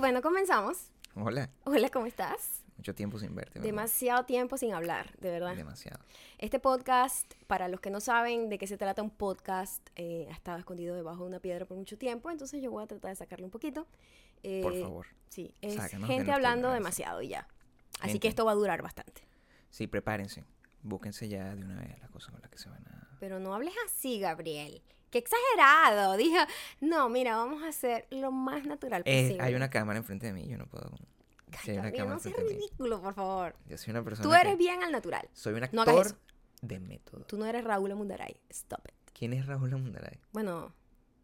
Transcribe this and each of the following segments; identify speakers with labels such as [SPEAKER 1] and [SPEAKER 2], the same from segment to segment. [SPEAKER 1] Bueno, comenzamos.
[SPEAKER 2] Hola,
[SPEAKER 1] Hola, ¿cómo estás?
[SPEAKER 2] mucho tiempo sin verte. mi amor.
[SPEAKER 1] Demasiado tiempo sin hablar, de verdad.
[SPEAKER 2] Demasiado.
[SPEAKER 1] Este podcast, para los que no saben de qué se trata un podcast, eh, ha estado escondido debajo de una piedra por mucho tiempo, entonces yo voy a tratar de sacarle un poquito.
[SPEAKER 2] Por
[SPEAKER 1] Eh,
[SPEAKER 2] favor.
[SPEAKER 1] Sí, es
[SPEAKER 2] Sácanos
[SPEAKER 1] gente
[SPEAKER 2] de nuestra
[SPEAKER 1] hablando
[SPEAKER 2] ignorancia.
[SPEAKER 1] demasiado y ya. Así
[SPEAKER 2] Gente.
[SPEAKER 1] que esto va a durar bastante.
[SPEAKER 2] Sí, prepárense. Búsquense ya de una vez las cosas con las que se van a.
[SPEAKER 1] Pero no hables así, Gabriel. Qué exagerado. Dije, no, mira, vamos a hacer lo más natural
[SPEAKER 2] Eh,
[SPEAKER 1] posible.
[SPEAKER 2] hay una cámara enfrente de mí, yo no puedo.
[SPEAKER 1] Ay,
[SPEAKER 2] Sí, hay una
[SPEAKER 1] Gabriel,
[SPEAKER 2] cámara
[SPEAKER 1] no seas
[SPEAKER 2] enfrente de mí.
[SPEAKER 1] ridículo, por favor.
[SPEAKER 2] Yo soy una persona.
[SPEAKER 1] Tú eres
[SPEAKER 2] que-
[SPEAKER 1] bien al natural.
[SPEAKER 2] Soy un
[SPEAKER 1] No hagas
[SPEAKER 2] actor
[SPEAKER 1] eso.
[SPEAKER 2] de método.
[SPEAKER 1] Tú no eres Raúl Mundaray. Stop it.
[SPEAKER 2] ¿Quién es Raúl Amundaray?
[SPEAKER 1] Bueno,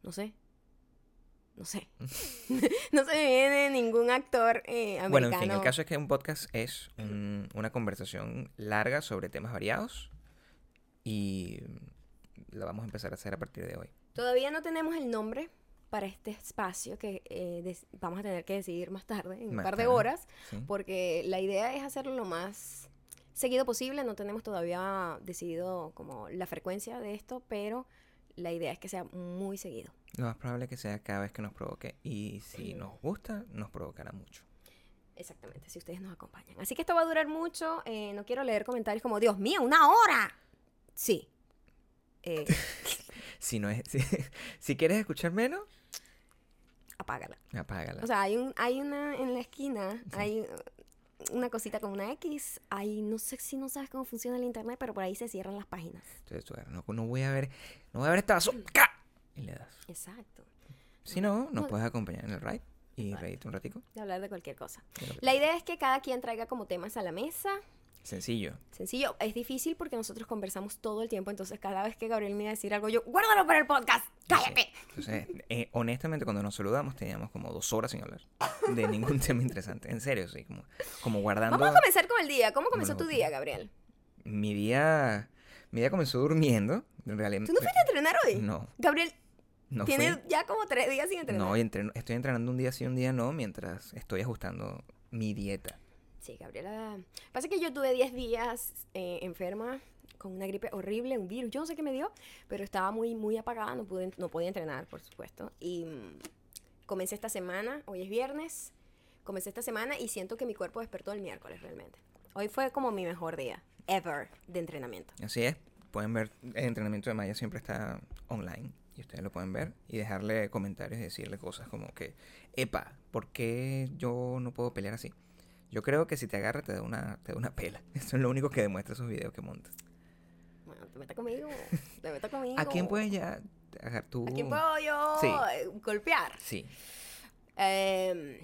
[SPEAKER 1] no sé. No sé. no se me viene ningún actor eh, americano.
[SPEAKER 2] Mm. Bueno, en fin, el caso es que un podcast es un- una conversación larga sobre temas variados y la vamos a empezar a hacer a partir de hoy.
[SPEAKER 1] Todavía no tenemos el nombre para este espacio que eh, des- vamos a tener que decidir más tarde, en un
[SPEAKER 2] Más
[SPEAKER 1] par de
[SPEAKER 2] tarde.
[SPEAKER 1] horas,
[SPEAKER 2] ¿sí?
[SPEAKER 1] porque la idea es hacerlo lo más seguido posible. No tenemos todavía decidido como la frecuencia de esto, pero la idea es que sea muy seguido.
[SPEAKER 2] Lo más probable que sea cada vez que nos provoque y si nos gusta, nos provocará mucho.
[SPEAKER 1] Exactamente, si ustedes nos acompañan. Así que esto va a durar mucho. eh, no quiero leer comentarios como, Dios mío, una hora. Sí. Eh,
[SPEAKER 2] Si no es, si, si quieres escuchar menos,
[SPEAKER 1] apágala.
[SPEAKER 2] apágala.
[SPEAKER 1] O sea, hay, un, hay una en la esquina, hay uh, una cosita con una X. Ahí no sé si no sabes cómo funciona el internet, pero por ahí se cierran las páginas.
[SPEAKER 2] Entonces tú, no, no voy a ver, no voy a ver esta basura. ¡Ca! Y le das.
[SPEAKER 1] Exacto.
[SPEAKER 2] Si no, nos
[SPEAKER 1] No.
[SPEAKER 2] puedes acompañar en el ride y reírte un ratico.
[SPEAKER 1] De hablar de cualquier cosa.
[SPEAKER 2] de lo que-
[SPEAKER 1] La idea es que cada quien traiga como temas a la mesa.
[SPEAKER 2] Sencillo.
[SPEAKER 1] Sencillo, es difícil porque nosotros conversamos todo el tiempo, entonces cada vez que Gabriel me iba a decir algo, yo, guárdalo para el podcast, cállate.
[SPEAKER 2] Entonces, eh, honestamente, cuando nos saludamos teníamos como dos horas sin hablar de ningún tema interesante. En serio, sí, como, como guardando
[SPEAKER 1] Vamos a comenzar con el día. ¿Cómo comenzó
[SPEAKER 2] lo
[SPEAKER 1] tu
[SPEAKER 2] boté.
[SPEAKER 1] día, Gabriel?
[SPEAKER 2] mi día. Mi día comenzó durmiendo. En realidad,
[SPEAKER 1] ¿Tú no fuiste a entrenar hoy?
[SPEAKER 2] No,
[SPEAKER 1] Gabriel,
[SPEAKER 2] no fui.
[SPEAKER 1] tienes ya como tres días sin entrenar.
[SPEAKER 2] No, y entreno- estoy entrenando un día sí, un día no, mientras estoy ajustando mi dieta.
[SPEAKER 1] Sí, Gabriela. Pasa que yo tuve 10 días eh, enferma con una gripe horrible, un virus. Yo no sé qué me dio, pero estaba muy, muy apagada. No, pude, no podía entrenar, por supuesto. Y mm, comencé esta semana. Hoy es viernes. Comencé esta semana y siento que mi cuerpo despertó el miércoles realmente. Hoy fue como mi mejor día ever de entrenamiento.
[SPEAKER 2] Así es. Pueden ver, el entrenamiento de Maya siempre está online y ustedes lo pueden ver y dejarle comentarios y decirle cosas como que, epa, ¿por qué yo no puedo pelear así? Yo creo que si te agarra te da una, te da una pela. Eso es lo único que demuestra esos videos que montas.
[SPEAKER 1] Bueno, te metas conmigo. Te metas conmigo.
[SPEAKER 2] ¿A quién puedes ya agarrar tú?
[SPEAKER 1] ¿A quién puedo yo
[SPEAKER 2] Sí.
[SPEAKER 1] eh, golpear?
[SPEAKER 2] Sí.
[SPEAKER 1] Em,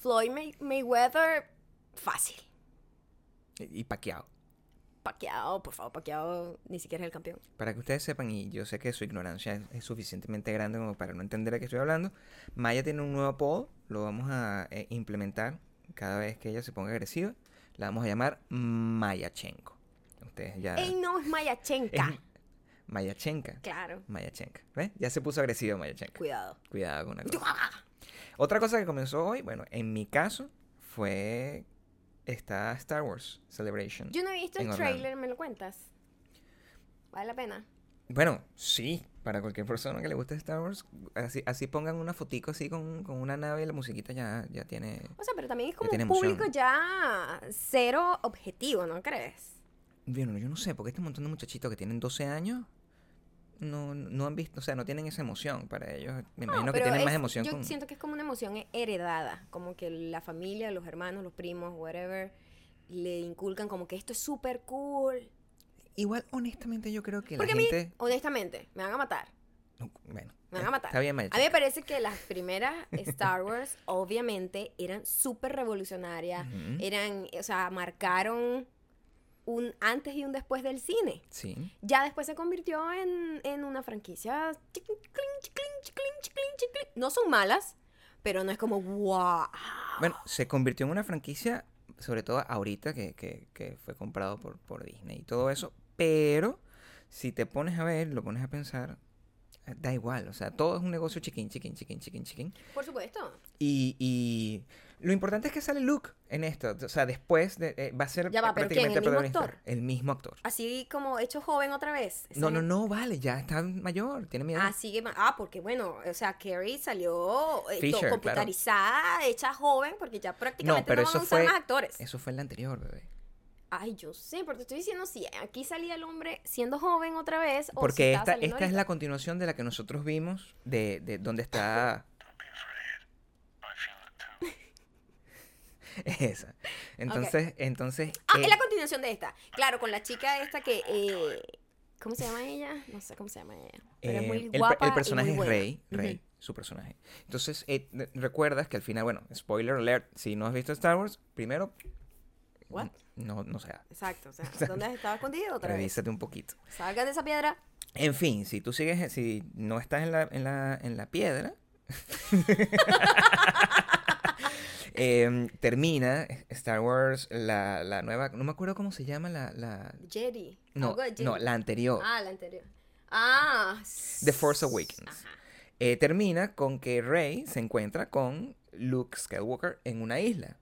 [SPEAKER 1] Floyd May- Mayweather, fácil.
[SPEAKER 2] Y, y paqueado.
[SPEAKER 1] Paqueado, por favor, Paqueado ni siquiera es el campeón.
[SPEAKER 2] Para que ustedes sepan, y yo sé que su ignorancia es, es suficientemente grande como para no entender de qué estoy hablando, Maya tiene un nuevo apodo, lo vamos a eh, implementar cada vez que ella se ponga agresiva, la vamos a llamar Mayachenko. Ustedes ya...
[SPEAKER 1] Ey, no, es Mayachenka.
[SPEAKER 2] Ah. Es- Mayachenka.
[SPEAKER 1] Claro,
[SPEAKER 2] Mayachenka. ¿Ves? Ya se puso agresiva Mayachenka.
[SPEAKER 1] cuidado.
[SPEAKER 2] Cuidado con una cosa. Otra cosa que comenzó hoy, bueno, en mi caso, fue esta Star Wars Celebration.
[SPEAKER 1] Yo no he visto
[SPEAKER 2] En
[SPEAKER 1] el
[SPEAKER 2] Orlando.
[SPEAKER 1] trailer, ¿me lo cuentas? Vale la pena.
[SPEAKER 2] Bueno, sí, para cualquier persona que le guste Star Wars, así, así pongan una fotico así con, con una nave y la musiquita ya, ya tiene...
[SPEAKER 1] O sea, pero también es como
[SPEAKER 2] tiene
[SPEAKER 1] un público
[SPEAKER 2] emoción.
[SPEAKER 1] ya cero objetivo, ¿no crees?
[SPEAKER 2] Bueno, yo no sé, porque este montón de muchachitos que tienen 12 años no, no han visto, o sea, no tienen esa emoción para ellos. Me imagino que
[SPEAKER 1] pero
[SPEAKER 2] tienen más
[SPEAKER 1] es-
[SPEAKER 2] emoción
[SPEAKER 1] Yo
[SPEAKER 2] con...
[SPEAKER 1] siento que es como una emoción he- heredada, como que la familia, los hermanos, los primos, whatever, le inculcan como que esto es súper cool.
[SPEAKER 2] Igual, honestamente, yo creo que la
[SPEAKER 1] Porque a mí,
[SPEAKER 2] gente...
[SPEAKER 1] honestamente, me van a matar.
[SPEAKER 2] No, bueno, eh,
[SPEAKER 1] Me van a matar.
[SPEAKER 2] está bien, Maya
[SPEAKER 1] A mí me parece que las primeras Star Wars, obviamente, eran súper revolucionarias.
[SPEAKER 2] Ujú.
[SPEAKER 1] Eran, o sea, marcaron un antes y un después del cine.
[SPEAKER 2] Sí.
[SPEAKER 1] Ya después se convirtió en, en una franquicia. chiquin, clin, chiquin, chiquin, chiquin, chiquin. No son malas, pero no es como wow.
[SPEAKER 2] Bueno, se convirtió en una franquicia, sobre todo ahorita que, que- que fue comprado por, por Disney y todo eso, pero si te pones a ver, lo pones a pensar, eh, da igual, o sea, todo es un negocio chiquín, chiquín, chiquín, chiquín, chiquín.
[SPEAKER 1] Por supuesto.
[SPEAKER 2] Y, y lo importante es que sale Luke en esto, o sea, después de, eh, va a ser
[SPEAKER 1] Ya va, ¿pero quién?
[SPEAKER 2] prácticamente
[SPEAKER 1] ¿El mismo
[SPEAKER 2] protagonista.
[SPEAKER 1] actor?
[SPEAKER 2] El mismo actor.
[SPEAKER 1] Así como hecho joven otra vez.
[SPEAKER 2] No, no, no, vale, ya está mayor, tiene miedo.
[SPEAKER 1] Ah, sigue ma- ah, porque bueno, o sea, Carrie salió eh, to-
[SPEAKER 2] Fisher, claro.
[SPEAKER 1] computarizada, hecha joven, porque ya prácticamente no,
[SPEAKER 2] no, pero
[SPEAKER 1] van
[SPEAKER 2] eso
[SPEAKER 1] a usar
[SPEAKER 2] fue,
[SPEAKER 1] más actores.
[SPEAKER 2] eso fue el anterior, bebé.
[SPEAKER 1] Ay, yo sé, pero te estoy diciendo si aquí salía el hombre siendo joven otra vez o si
[SPEAKER 2] Porque
[SPEAKER 1] estaba
[SPEAKER 2] esta,
[SPEAKER 1] saliendo
[SPEAKER 2] esta es
[SPEAKER 1] ahorita.
[SPEAKER 2] la continuación de la que nosotros vimos, de, de donde está... Esa. Entonces, entonces...
[SPEAKER 1] Ah,
[SPEAKER 2] eh,
[SPEAKER 1] es la continuación de esta. Claro, con la chica esta que eh, ¿cómo se llama ella? No sé cómo se llama ella, pero es
[SPEAKER 2] Eh,
[SPEAKER 1] muy
[SPEAKER 2] el per-
[SPEAKER 1] guapa
[SPEAKER 2] el,
[SPEAKER 1] y
[SPEAKER 2] personaje
[SPEAKER 1] muy
[SPEAKER 2] es
[SPEAKER 1] buena.
[SPEAKER 2] Rey,
[SPEAKER 1] Ujú.
[SPEAKER 2] Rey, su personaje. Entonces, eh, de- recuerdas que al final, bueno, spoiler alert, si no has visto Star Wars, primero,
[SPEAKER 1] What?
[SPEAKER 2] no, no sea,
[SPEAKER 1] Exacto, o sea, ¿dónde has estado escondido otra vez?
[SPEAKER 2] revísate un poquito.
[SPEAKER 1] Salga de esa piedra.
[SPEAKER 2] En fin, si tú sigues, si no estás en la, en la, en la piedra, em, termina Star Wars, la, la nueva, no me acuerdo cómo se llama la... la
[SPEAKER 1] Jedi.
[SPEAKER 2] no,
[SPEAKER 1] algo de Jedi.
[SPEAKER 2] no, la anterior.
[SPEAKER 1] Ah, la anterior. Ah.
[SPEAKER 2] The Force Awakens. Eh, termina con que Rey se encuentra con Luke Skywalker en una isla.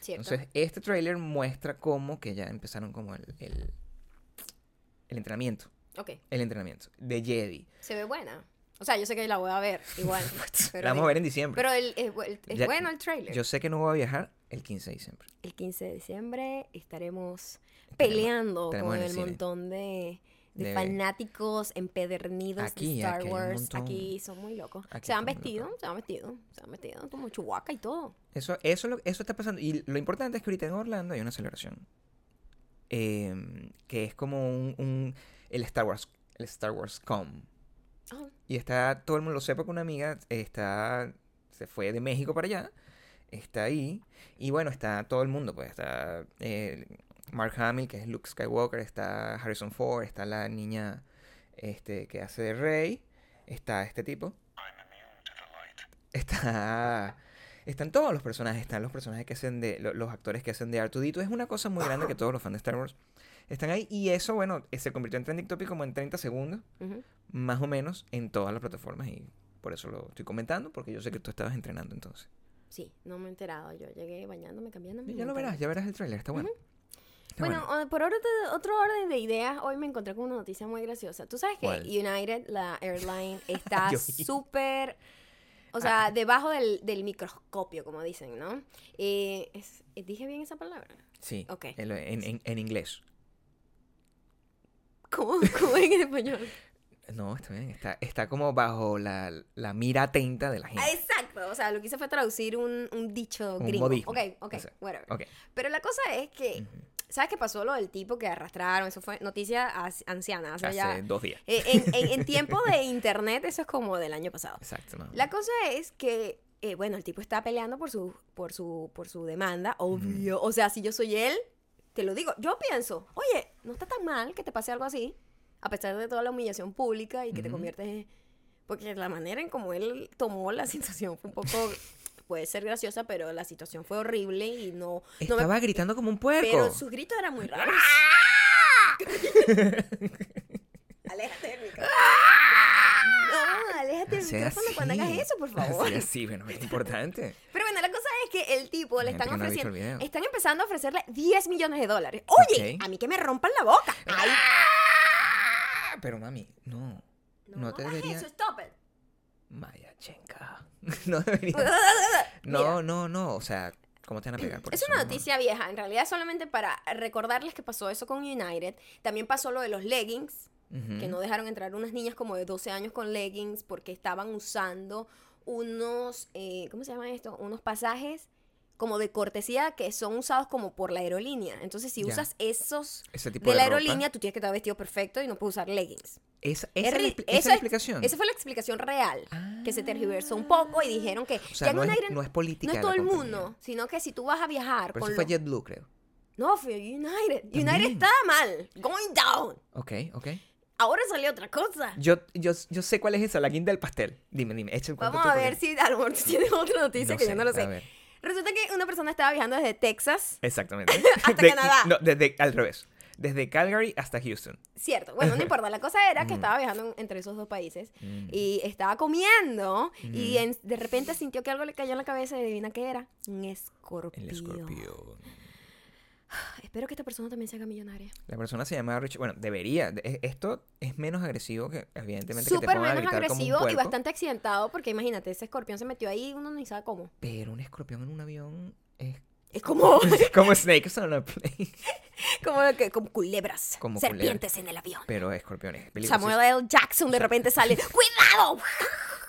[SPEAKER 1] Cierto.
[SPEAKER 2] Entonces, este tráiler muestra cómo que ya empezaron como el, el, el entrenamiento.
[SPEAKER 1] ok,
[SPEAKER 2] El entrenamiento de Jedi.
[SPEAKER 1] se ve buena. O sea, yo sé que la voy a ver igual. pero
[SPEAKER 2] la vamos a ver en diciembre.
[SPEAKER 1] Pero el, es, bu- el- es
[SPEAKER 2] Ya-
[SPEAKER 1] bueno el trailer.
[SPEAKER 2] Yo sé que no voy a viajar el 15 de diciembre.
[SPEAKER 1] El 15 de diciembre estaremos peleando
[SPEAKER 2] estaremos
[SPEAKER 1] con
[SPEAKER 2] en
[SPEAKER 1] el,
[SPEAKER 2] el cine.
[SPEAKER 1] montón de, de
[SPEAKER 2] De-
[SPEAKER 1] fanáticos empedernidos de
[SPEAKER 2] Aquí,
[SPEAKER 1] Star
[SPEAKER 2] aquí hay un
[SPEAKER 1] Wars.
[SPEAKER 2] montón.
[SPEAKER 1] Aquí son muy locos.
[SPEAKER 2] Aquí
[SPEAKER 1] se han
[SPEAKER 2] son muy
[SPEAKER 1] vestido,
[SPEAKER 2] locos.
[SPEAKER 1] se han vestido, se han vestido como Chihuahua y todo.
[SPEAKER 2] Eso, eso, lo- eso está pasando. Y lo importante es que ahorita en Orlando hay una celebración. eh, que es como un, un- el Star Wars, el Star Wars Com.
[SPEAKER 1] Ah,
[SPEAKER 2] Y está, todo el mundo lo sepa porque una amiga está, se fue de México para allá, está ahí, y bueno, está todo el mundo, pues está eh, Mark Hamill, que es Luke Skywalker, está Harrison Ford, está la niña este, que hace de Rey, está este tipo, está... Están todos los personajes, están los personajes que hacen de, lo- los actores que hacen de Artudito. Es una cosa muy grande que todos los fans de Star Wars están ahí. Y eso, bueno, eh, se convirtió en trending topic como en 30 segundos
[SPEAKER 1] ujú.
[SPEAKER 2] más o menos en todas las plataformas y por eso lo estoy comentando porque yo sé que tú estabas entrenando entonces.
[SPEAKER 1] Sí, no me he enterado. Yo llegué bañándome, cambiándome.
[SPEAKER 2] Ya lo
[SPEAKER 1] montándome.
[SPEAKER 2] verás, ya verás el tráiler, está bueno. Está
[SPEAKER 1] Mm, Bueno, o- por otro, otro orden de ideas, hoy me encontré con una noticia muy graciosa. Tú sabes que
[SPEAKER 2] ¿Cuál?
[SPEAKER 1] United, la airline, está
[SPEAKER 2] Yo vi. Ah.
[SPEAKER 1] súper, o sea, debajo del, del microscopio, como dicen, ¿no? Eh, es- ¿Dije bien esa palabra?
[SPEAKER 2] Sí,
[SPEAKER 1] ok.
[SPEAKER 2] el- en, en- en inglés.
[SPEAKER 1] ¿Cómo, cómo es en español?
[SPEAKER 2] No, está bien, está, está como bajo la, la mira atenta de la gente.
[SPEAKER 1] Ah, Exacto, o sea, lo que hice fue traducir un, un dicho
[SPEAKER 2] Eh. Un
[SPEAKER 1] gringo.
[SPEAKER 2] modismo, Ah. Mm.
[SPEAKER 1] ok, ok,
[SPEAKER 2] o sea,
[SPEAKER 1] whatever.
[SPEAKER 2] Ok.
[SPEAKER 1] Pero la cosa es que, ¿sabes qué pasó? Lo del tipo que arrastraron, eso fue noticia as- anciana, o sea,
[SPEAKER 2] Hace
[SPEAKER 1] ya...
[SPEAKER 2] dos días.
[SPEAKER 1] eh, en, en- en tiempo de internet, eso es como del año pasado.
[SPEAKER 2] Exacto, no.
[SPEAKER 1] La cosa es que, eh, bueno, el tipo está peleando por su, por su, por su demanda, obvio. O sea, si yo soy él, te lo digo. Yo pienso, oye, no está tan mal que te pase algo así, a pesar de toda la humillación pública y que te
[SPEAKER 2] Ujú.
[SPEAKER 1] conviertes en... Porque la manera en como él tomó la situación fue un poco... Puede ser graciosa, pero la situación fue horrible y no... no me-
[SPEAKER 2] Estaba gritando como un puerco.
[SPEAKER 1] pero sus gritos eran muy raros. aléjate del micrófono. No, aléjate del
[SPEAKER 2] Sea
[SPEAKER 1] micrófono cuando hagas
[SPEAKER 2] Ah. así.
[SPEAKER 1] eso, por favor.
[SPEAKER 2] Así, así, bueno, es importante.
[SPEAKER 1] Pero bueno, la cosa es que el tipo le
[SPEAKER 2] Hay gente
[SPEAKER 1] están
[SPEAKER 2] que no ha visto
[SPEAKER 1] ofreciendo.
[SPEAKER 2] el video.
[SPEAKER 1] están empezando a ofrecerle 10 millones de dólares. Oye,
[SPEAKER 2] Ok.
[SPEAKER 1] a mí que me rompan la boca. Ay,
[SPEAKER 2] Ah, Pero mami, no. No, te
[SPEAKER 1] hagas
[SPEAKER 2] debería.
[SPEAKER 1] eso, stop it.
[SPEAKER 2] Maya chenka. No debería. No, no, no. O sea, ¿cómo te van a pegar por
[SPEAKER 1] Es
[SPEAKER 2] eso?
[SPEAKER 1] una
[SPEAKER 2] no?
[SPEAKER 1] noticia vieja, en realidad solamente para recordarles que pasó eso con United. También pasó lo de los leggings,
[SPEAKER 2] Ujú.
[SPEAKER 1] que no dejaron entrar unas niñas como de 12 años con leggings porque estaban usando unos, eh, ¿cómo se llama esto? Unos pasajes como de cortesía que son usados como por la aerolínea. Entonces, si
[SPEAKER 2] Ya.
[SPEAKER 1] usas esos
[SPEAKER 2] Ese tipo
[SPEAKER 1] de
[SPEAKER 2] de
[SPEAKER 1] la
[SPEAKER 2] ropa.
[SPEAKER 1] aerolínea, tú tienes que estar vestido perfecto y no puedes usar leggings.
[SPEAKER 2] Esa, esa, es la,
[SPEAKER 1] ri-
[SPEAKER 2] expli- esa es la
[SPEAKER 1] es-
[SPEAKER 2] explicación.
[SPEAKER 1] Esa fue la explicación real, que se tergiversó un poco y dijeron que
[SPEAKER 2] Ah. o sea,
[SPEAKER 1] en
[SPEAKER 2] no es,
[SPEAKER 1] una aire-
[SPEAKER 2] no es política.
[SPEAKER 1] no es
[SPEAKER 2] la
[SPEAKER 1] todo el
[SPEAKER 2] compañía.
[SPEAKER 1] mundo, sino que si tú vas a viajar
[SPEAKER 2] Pero
[SPEAKER 1] con
[SPEAKER 2] eso fue
[SPEAKER 1] lo-
[SPEAKER 2] JetBlue, creo.
[SPEAKER 1] No, fue United. United
[SPEAKER 2] También.
[SPEAKER 1] está mal. Going down.
[SPEAKER 2] Ok, ok.
[SPEAKER 1] Ahora salió otra cosa.
[SPEAKER 2] Yo, yo, yo sé cuál es esa, la guinda del pastel. Dime, dime, echa el cuento
[SPEAKER 1] Vamos
[SPEAKER 2] tú,
[SPEAKER 1] a
[SPEAKER 2] porque-
[SPEAKER 1] ver si a lo mejor tú tienes otra noticia
[SPEAKER 2] No
[SPEAKER 1] que
[SPEAKER 2] sé,
[SPEAKER 1] yo no lo
[SPEAKER 2] a
[SPEAKER 1] sé.
[SPEAKER 2] ver.
[SPEAKER 1] Resulta que una persona estaba viajando desde Texas
[SPEAKER 2] Exactamente.
[SPEAKER 1] Hasta
[SPEAKER 2] De-
[SPEAKER 1] Canadá.
[SPEAKER 2] No, desde al revés. Desde Calgary hasta Houston.
[SPEAKER 1] Cierto, bueno, no importa. La cosa era
[SPEAKER 2] Mm.
[SPEAKER 1] que estaba viajando en- entre esos dos países y estaba comiendo
[SPEAKER 2] Mm.
[SPEAKER 1] y en- de repente sintió que algo le cayó en la cabeza y adivina qué era. Un escorpión.
[SPEAKER 2] El escorpión.
[SPEAKER 1] Espero que esta persona también se haga millonaria.
[SPEAKER 2] La persona se llama Rich. Bueno, debería. de- e- Esto es menos agresivo que, evidentemente, que te
[SPEAKER 1] Súper
[SPEAKER 2] pongan a
[SPEAKER 1] menos
[SPEAKER 2] gritar como un
[SPEAKER 1] agresivo y
[SPEAKER 2] puerco.
[SPEAKER 1] bastante accidentado porque imagínate, ese escorpión se metió ahí y uno ni sabe cómo.
[SPEAKER 2] Pero un escorpión en un avión es
[SPEAKER 1] Es como,
[SPEAKER 2] como snakes on a plane.
[SPEAKER 1] como, que- como culebras,
[SPEAKER 2] Como
[SPEAKER 1] serpientes en el avión.
[SPEAKER 2] Pero escorpiones. peligrosísimos.
[SPEAKER 1] Samuel L. Jackson de repente sale, ¡cuidado!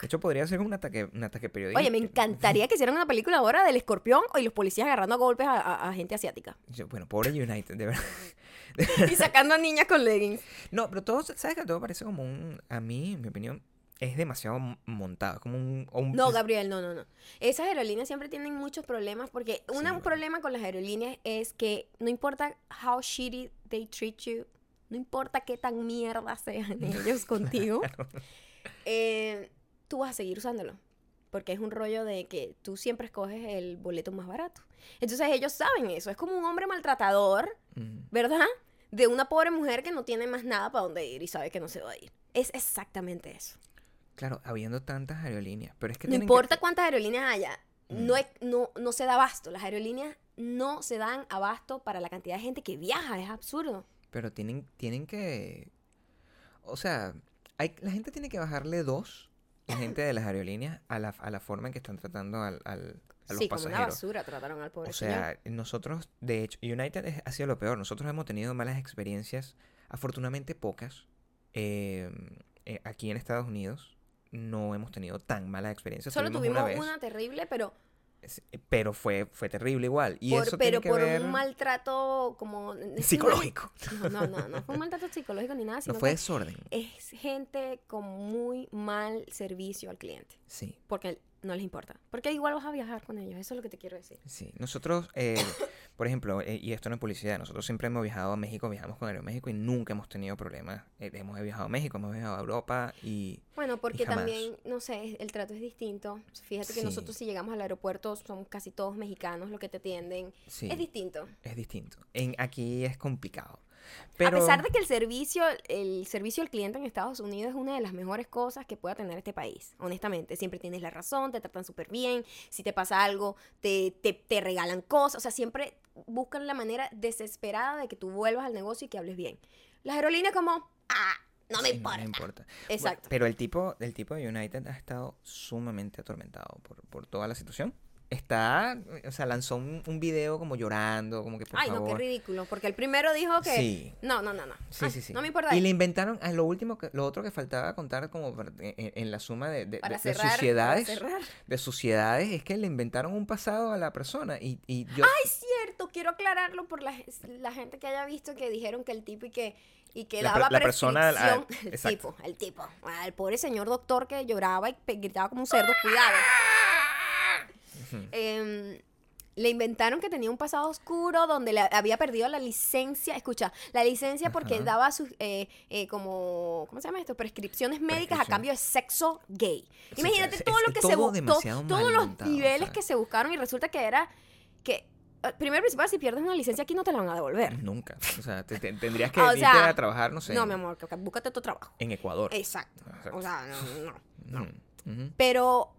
[SPEAKER 2] De hecho, podría ser como un ataque, un ataque periodístico.
[SPEAKER 1] Oye, me encantaría que hicieran una película ahora del escorpión y los policías agarrando a golpes a, a- a gente asiática.
[SPEAKER 2] Yo- bueno, pobre United, de verdad.
[SPEAKER 1] Y sacando a niñas con leggings.
[SPEAKER 2] No, pero todo, ¿sabes que todo parece como un. A mí, en mi opinión, es demasiado m- montado. Como un. o un-
[SPEAKER 1] No, Gabriel, no, no, no. Esas aerolíneas siempre tienen muchos problemas porque
[SPEAKER 2] Sí,
[SPEAKER 1] un
[SPEAKER 2] bueno.
[SPEAKER 1] problema con las aerolíneas es que no importa how shitty they treat you, no importa qué tan mierda sean ellos contigo, eh, tú vas a seguir usándolo. Porque es un rollo de que tú siempre escoges el boleto más barato. Entonces ellos saben eso. Es como un hombre maltratador
[SPEAKER 2] Mm.
[SPEAKER 1] ¿verdad? De una pobre mujer que no tiene más nada para dónde ir y sabe que no se va a ir. Es exactamente eso.
[SPEAKER 2] Claro, habiendo tantas aerolíneas. Pero es que.
[SPEAKER 1] No
[SPEAKER 2] tienen
[SPEAKER 1] importa cuántas aerolíneas haya,
[SPEAKER 2] Mm.
[SPEAKER 1] no, es- no, no se da abasto. Las aerolíneas no se dan abasto para la cantidad de gente que viaja, es absurdo.
[SPEAKER 2] Que, pero tienen, tienen que. O sea, hay, la gente tiene que bajarle dos. La gente de las aerolíneas a la, a la forma en que están tratando al, al- a los
[SPEAKER 1] Sí, como una
[SPEAKER 2] pasajeros.
[SPEAKER 1] basura trataron al pobre
[SPEAKER 2] O sea, nosotros, de hecho, United es- ha sido lo peor. Nosotros hemos tenido malas experiencias, afortunadamente pocas. Eh, eh, aquí en Estados Unidos no hemos tenido tan malas
[SPEAKER 1] señor.
[SPEAKER 2] experiencias.
[SPEAKER 1] Solo tuvimos
[SPEAKER 2] una vez,
[SPEAKER 1] una terrible, pero
[SPEAKER 2] es- eh, pero fue, fue terrible igual. Y
[SPEAKER 1] por,
[SPEAKER 2] eso
[SPEAKER 1] pero
[SPEAKER 2] tiene que
[SPEAKER 1] por
[SPEAKER 2] ver-
[SPEAKER 1] un maltrato como...
[SPEAKER 2] psicológico.
[SPEAKER 1] No, no, no, no fue un maltrato psicológico ni nada,
[SPEAKER 2] No
[SPEAKER 1] sino
[SPEAKER 2] fue
[SPEAKER 1] que
[SPEAKER 2] desorden.
[SPEAKER 1] es gente con muy mal servicio al cliente.
[SPEAKER 2] Sí,
[SPEAKER 1] porque no les importa. Porque igual vas a viajar con ellos, eso es lo que te quiero decir.
[SPEAKER 2] sí. Nosotros, eh, por ejemplo, eh, y esto no es publicidad, nosotros siempre hemos viajado a México, viajamos con Aeroméxico y nunca hemos tenido problemas. Eh, hemos viajado a México, hemos viajado a Europa y...
[SPEAKER 1] Bueno, porque
[SPEAKER 2] jamás.
[SPEAKER 1] también, no sé, el trato es distinto. Fíjate que
[SPEAKER 2] Sí.
[SPEAKER 1] nosotros si llegamos al aeropuerto somos casi todos mexicanos los que te atienden.
[SPEAKER 2] Sí.
[SPEAKER 1] Es distinto.
[SPEAKER 2] Es distinto. En, aquí es complicado. Pero,
[SPEAKER 1] A pesar de que el servicio, el servicio al cliente en Estados Unidos es una de las mejores cosas que pueda tener este país, honestamente. Siempre tienes la razón, te tratan súper bien, si te pasa algo, te, te, te regalan cosas, o sea, siempre buscan la manera desesperada de que tú vuelvas al negocio y que hables bien. Las aerolíneas como, ah, no me
[SPEAKER 2] sí,
[SPEAKER 1] importa.
[SPEAKER 2] Bueno,
[SPEAKER 1] Exacto.
[SPEAKER 2] pero el tipo, el tipo de United ha estado sumamente atormentado por, por toda la situación. Está, o sea, lanzó un, un video como llorando, como que por
[SPEAKER 1] Ay, no,
[SPEAKER 2] favor.
[SPEAKER 1] qué ridículo, porque el primero dijo que...
[SPEAKER 2] Sí.
[SPEAKER 1] No, no, no, no.
[SPEAKER 2] Sí,
[SPEAKER 1] Ay,
[SPEAKER 2] sí, sí.
[SPEAKER 1] Ah, No me importa.
[SPEAKER 2] Y le inventaron a lo último, que, lo otro que faltaba contar como para- en, en la suma de, de-
[SPEAKER 1] para
[SPEAKER 2] de- de
[SPEAKER 1] cerrar, para
[SPEAKER 2] suciedades,
[SPEAKER 1] cerrar.
[SPEAKER 2] de suciedades, es que le inventaron un pasado a la persona y, y yo,
[SPEAKER 1] Es cierto, quiero aclararlo por la, la gente que haya visto que dijeron que el tipo y que, y que
[SPEAKER 2] La
[SPEAKER 1] daba
[SPEAKER 2] per- la persona,
[SPEAKER 1] prescripción.
[SPEAKER 2] al- al-
[SPEAKER 1] el
[SPEAKER 2] exacto.
[SPEAKER 1] tipo, el tipo. Al pobre señor doctor que lloraba y pe- gritaba como un cerdo, cuidado. Em, le inventaron que tenía un pasado oscuro donde le había perdido la licencia, escucha, la licencia porque
[SPEAKER 2] Ajá.
[SPEAKER 1] daba sus, eh, eh, como, ¿cómo se llama esto? Prescripciones médicas a
[SPEAKER 2] Prescripción.
[SPEAKER 1] cambio de sexo gay.
[SPEAKER 2] Sí,
[SPEAKER 1] Imagínate
[SPEAKER 2] es-
[SPEAKER 1] todo
[SPEAKER 2] es
[SPEAKER 1] lo que se
[SPEAKER 2] todo
[SPEAKER 1] buscó,
[SPEAKER 2] demasiado mal
[SPEAKER 1] todos los
[SPEAKER 2] montado, o
[SPEAKER 1] niveles
[SPEAKER 2] sea.
[SPEAKER 1] que se buscaron y resulta que era que, eh, primero y principal, si pierdes una licencia aquí no te la van a devolver.
[SPEAKER 2] nunca, o sea, te- te- tendrías que
[SPEAKER 1] O
[SPEAKER 2] irte
[SPEAKER 1] sea,
[SPEAKER 2] a trabajar, no sé,
[SPEAKER 1] No, mi amor, que- que búscate tu trabajo.
[SPEAKER 2] en Ecuador.
[SPEAKER 1] Exacto. O sea, no, no.
[SPEAKER 2] Mm, ujú.
[SPEAKER 1] Pero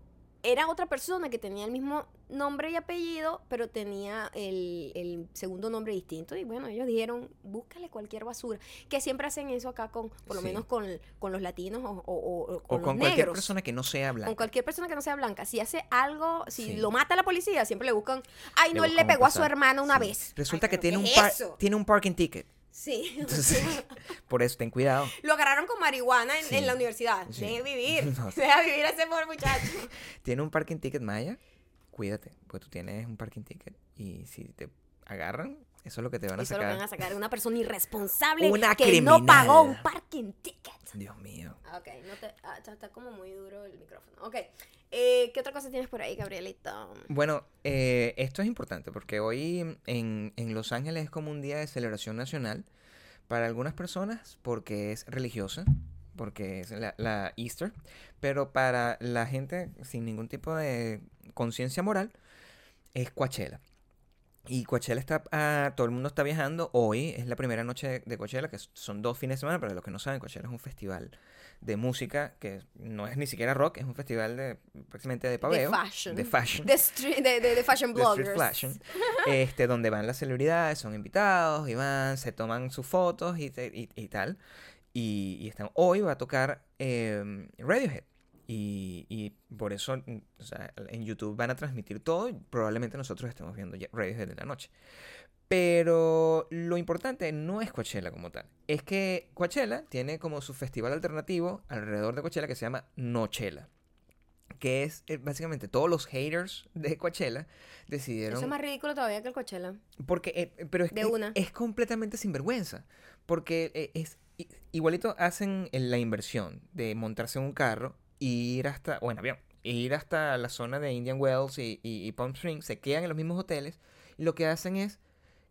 [SPEAKER 1] era otra persona que tenía el mismo nombre y apellido, pero tenía el, el segundo nombre distinto. Y bueno, ellos dijeron, búscale cualquier basura. Que siempre hacen eso acá con, por lo
[SPEAKER 2] Sí.
[SPEAKER 1] menos con, con los latinos o, o- o- o
[SPEAKER 2] O
[SPEAKER 1] con,
[SPEAKER 2] con
[SPEAKER 1] los
[SPEAKER 2] cualquier
[SPEAKER 1] negros.
[SPEAKER 2] persona que no sea blanca.
[SPEAKER 1] Con cualquier persona que no sea blanca. Si hace algo, si
[SPEAKER 2] Sí.
[SPEAKER 1] lo mata la policía, siempre le buscan, ay, no, él
[SPEAKER 2] buscan
[SPEAKER 1] le
[SPEAKER 2] un
[SPEAKER 1] pegó a su
[SPEAKER 2] pasado.
[SPEAKER 1] hermana una
[SPEAKER 2] Sí.
[SPEAKER 1] vez.
[SPEAKER 2] Resulta
[SPEAKER 1] Ay,
[SPEAKER 2] que
[SPEAKER 1] ¿pero
[SPEAKER 2] tiene
[SPEAKER 1] qué
[SPEAKER 2] un,
[SPEAKER 1] es
[SPEAKER 2] par-
[SPEAKER 1] eso?
[SPEAKER 2] tiene un parking ticket.
[SPEAKER 1] Sí.
[SPEAKER 2] Entonces, por eso, ten cuidado.
[SPEAKER 1] Lo agarraron con marihuana en,
[SPEAKER 2] Sí.
[SPEAKER 1] en la universidad.
[SPEAKER 2] Sí.
[SPEAKER 1] Deje vivir.
[SPEAKER 2] No.
[SPEAKER 1] Deja vivir a ese pobre muchacho.
[SPEAKER 2] Tiene un parking ticket maya, cuídate, porque tú tienes un parking ticket y si te agarran, eso es lo que te van a
[SPEAKER 1] Eso lo
[SPEAKER 2] sacar.
[SPEAKER 1] van a sacar una persona irresponsable
[SPEAKER 2] Una
[SPEAKER 1] que
[SPEAKER 2] criminal.
[SPEAKER 1] no pagó un parking ticket.
[SPEAKER 2] Dios mío.
[SPEAKER 1] Ah, Ok, no te, ah, está, está como muy duro el micrófono. Ok, eh, ¿qué otra cosa tienes por ahí, Gabrielita?
[SPEAKER 2] Bueno, eh, esto es importante porque hoy en, en Los Ángeles es como un día de celebración nacional para algunas personas porque es religiosa, porque es la, la Easter, pero para la gente sin ningún tipo de conciencia moral es Coachella. Y Coachella está, ah, todo el mundo está viajando. Hoy es la primera noche de, de Coachella, que son dos fines de semana. Para los que no saben, Coachella es un festival de música que no es ni siquiera rock, es un festival de prácticamente de paveo.
[SPEAKER 1] De fashion.
[SPEAKER 2] De fashion.
[SPEAKER 1] De, stre- de- de- de fashion
[SPEAKER 2] de street
[SPEAKER 1] bloggers.
[SPEAKER 2] fashion, este, donde van las celebridades, son invitados y van, se toman sus fotos y, te- y- y tal. Y, y están, hoy va a tocar eh, Radiohead. Y, y por eso mm, o sea, en YouTube van a transmitir todo y probablemente nosotros estemos viendo ya Radiohead en la noche. Pero lo importante no es Coachella como tal. Es que Coachella tiene como su festival alternativo alrededor de Coachella que se llama Nochela. Que es eh, básicamente todos los haters de Coachella decidieron.
[SPEAKER 1] Eso es más ridículo todavía que el Coachella.
[SPEAKER 2] Porque, eh, eh, pero es,
[SPEAKER 1] De
[SPEAKER 2] que
[SPEAKER 1] una.
[SPEAKER 2] es completamente sinvergüenza. Porque eh, es i- igualito hacen el- la inversión de montarse en un carro, ir hasta, o en avión, ir hasta la zona de Indian Wells y, y- y Palm Springs, se quedan en los mismos hoteles. y lo que hacen es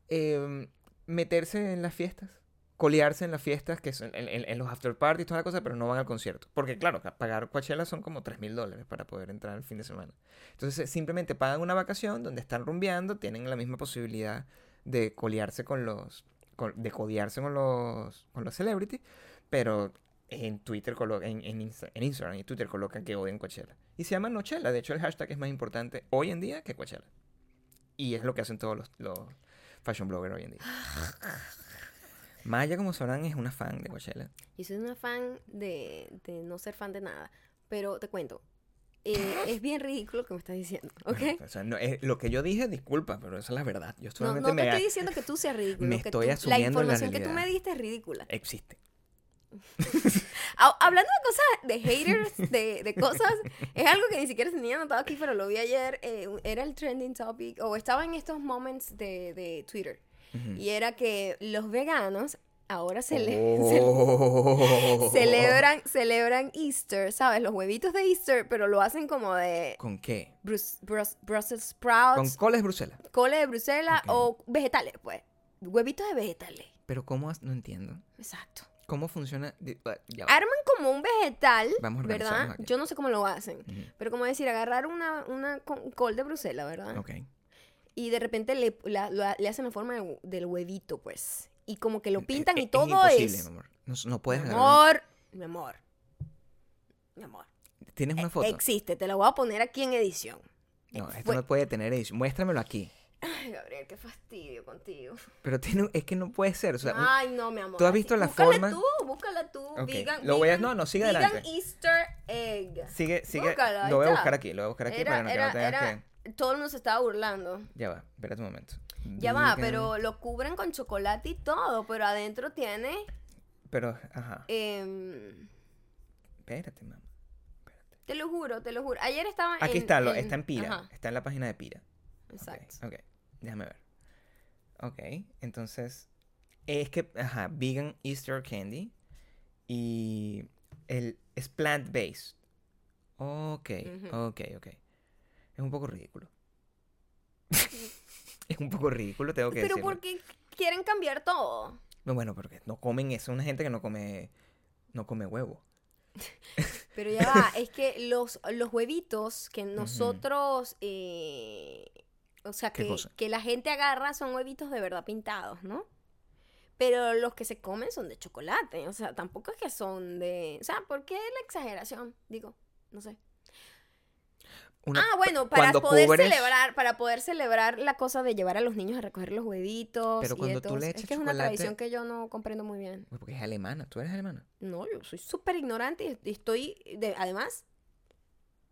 [SPEAKER 2] eh, meterse en las fiestas, colearse en las fiestas, que son en, en- en los after parties, toda la cosa, pero no van al concierto. Porque, claro, ca- pagar Coachella son como 3 mil dólares para poder entrar el fin de semana. Entonces, eh, simplemente pagan una vacación donde están rumbeando, tienen la misma posibilidad de colearse con los. con- de codearse con los. con los celebrities, pero en Twitter colo- en, en Insta- en Instagram y Twitter colocan que odian Coachella. Y se llama Nochella. De hecho, el hashtag es más importante hoy en día que Coachella. Y es lo que hacen todos los, los fashion bloggers hoy en día. Maya, como sabrán, es una fan de Coachella.
[SPEAKER 1] Yo soy una fan de, de no ser fan de nada. Pero te cuento. eh, es bien ridículo lo que me estás diciendo, ¿ok?
[SPEAKER 2] Bueno, pues, o sea, no, es- lo que yo dije, disculpa, pero esa es la verdad. Yo
[SPEAKER 1] No,
[SPEAKER 2] solamente
[SPEAKER 1] no te
[SPEAKER 2] me
[SPEAKER 1] estoy diciendo que tú seas ridículo.
[SPEAKER 2] me
[SPEAKER 1] que
[SPEAKER 2] estoy
[SPEAKER 1] tú- La
[SPEAKER 2] asumiendo la
[SPEAKER 1] información que tú
[SPEAKER 2] realidad.
[SPEAKER 1] me diste es ridícula.
[SPEAKER 2] existe.
[SPEAKER 1] Ha- Hablando de cosas, de haters, de, de cosas, es algo que ni siquiera tenía anotado aquí, pero lo vi ayer. eh, era el trending topic, o estaba en estos moments de, de Twitter.
[SPEAKER 2] Ujú.
[SPEAKER 1] Y era que los veganos ahora se le- se
[SPEAKER 2] Oh.
[SPEAKER 1] celebran, celebran Easter, ¿sabes? Los huevitos de Easter, pero lo hacen como de
[SPEAKER 2] ¿Con qué?
[SPEAKER 1] Brus- Brus- Brussels
[SPEAKER 2] Con
[SPEAKER 1] sprouts,
[SPEAKER 2] coles Bruselas.
[SPEAKER 1] cole de Bruselas
[SPEAKER 2] Ok.
[SPEAKER 1] o vegetales, pues. Huevitos de vegetales.
[SPEAKER 2] Pero ¿cómo? has- No entiendo.
[SPEAKER 1] Exacto.
[SPEAKER 2] ¿Cómo funciona? Di- ah, ya va.
[SPEAKER 1] Arman como un vegetal,
[SPEAKER 2] Vamos a organizarnos
[SPEAKER 1] ¿verdad?
[SPEAKER 2] aquí.
[SPEAKER 1] Yo no sé cómo lo hacen.
[SPEAKER 2] Ujú.
[SPEAKER 1] Pero como decir, agarrar una, una co- col de Bruselas, ¿verdad?
[SPEAKER 2] Ok.
[SPEAKER 1] Y de repente le, la- la- le hacen la forma del, del huevito, pues. Y como que lo pintan y
[SPEAKER 2] Eh, eh,
[SPEAKER 1] todo es...
[SPEAKER 2] imposible, mi amor. No, s- no puedes
[SPEAKER 1] mi
[SPEAKER 2] agarrar una-
[SPEAKER 1] amor, mi amor, mi amor.
[SPEAKER 2] ¿Tienes una foto?
[SPEAKER 1] Existe, te la voy a poner aquí en edición.
[SPEAKER 2] No, esto
[SPEAKER 1] fue-
[SPEAKER 2] no puede tener edición. Muéstramelo aquí.
[SPEAKER 1] Ay, Gabriel, qué fastidio contigo.
[SPEAKER 2] Pero tiene, es que no puede ser. O sea, un-
[SPEAKER 1] Ay, no, mi amor.
[SPEAKER 2] ¿tú has visto la
[SPEAKER 1] búscala
[SPEAKER 2] forma?
[SPEAKER 1] tú, búscala tú.
[SPEAKER 2] Ok,
[SPEAKER 1] Vegan,
[SPEAKER 2] lo voy a-
[SPEAKER 1] vegan-
[SPEAKER 2] no, no, sigue
[SPEAKER 1] vegan
[SPEAKER 2] adelante.
[SPEAKER 1] Easter egg.
[SPEAKER 2] sigue, sigue.
[SPEAKER 1] Búscalo, ahí
[SPEAKER 2] lo voy a
[SPEAKER 1] está.
[SPEAKER 2] buscar aquí, lo voy a buscar aquí
[SPEAKER 1] Era-
[SPEAKER 2] para no- que
[SPEAKER 1] era-
[SPEAKER 2] no tengas
[SPEAKER 1] era-
[SPEAKER 2] que.
[SPEAKER 1] Todo el mundo se estaba burlando.
[SPEAKER 2] Ya va, espérate un momento.
[SPEAKER 1] Ya va,
[SPEAKER 2] Vegan-
[SPEAKER 1] pero lo cubren con chocolate y todo, pero adentro tiene...
[SPEAKER 2] Pero, ajá.
[SPEAKER 1] em,
[SPEAKER 2] Espérate, mamá. Espérate.
[SPEAKER 1] te lo juro, te lo juro. Ayer estaba
[SPEAKER 2] Aquí
[SPEAKER 1] Ah, en...
[SPEAKER 2] está, lo, está en Pira.
[SPEAKER 1] ajá,
[SPEAKER 2] Está en la página de Pira.
[SPEAKER 1] exacto.
[SPEAKER 2] Ok, ok, déjame ver. Ok, entonces es que, ajá, vegan Easter candy y el es plant based. Ok,
[SPEAKER 1] Ujú.
[SPEAKER 2] ok, ok. Es un poco ridículo. es un poco ridículo, tengo que
[SPEAKER 1] Pero
[SPEAKER 2] decirlo.
[SPEAKER 1] ¿por qué quieren cambiar todo?
[SPEAKER 2] No, bueno, porque no comen eso, una gente que no come no come huevo.
[SPEAKER 1] Pero ya va, es que los, los huevitos que nosotros, eh, o sea,
[SPEAKER 2] ¿Qué
[SPEAKER 1] que,
[SPEAKER 2] cosa?
[SPEAKER 1] que la gente agarra son huevitos de verdad pintados, ¿no? Pero los que se comen son de chocolate, o sea, tampoco es que son de... O sea, ¿por qué la exageración? Digo, no sé.
[SPEAKER 2] Una-
[SPEAKER 1] Ah, bueno, para
[SPEAKER 2] cuando
[SPEAKER 1] poder
[SPEAKER 2] cubres-
[SPEAKER 1] celebrar, para poder celebrar la cosa de llevar a los niños a recoger los huevitos. y
[SPEAKER 2] Pero
[SPEAKER 1] de
[SPEAKER 2] cuando tú
[SPEAKER 1] todo
[SPEAKER 2] le
[SPEAKER 1] eso.
[SPEAKER 2] echas
[SPEAKER 1] Es que es una
[SPEAKER 2] chocolate-
[SPEAKER 1] tradición que yo no comprendo muy bien.
[SPEAKER 2] Uy, Porque es alemana, tú eres alemana.
[SPEAKER 1] No, yo soy súper ignorante y estoy, de- además,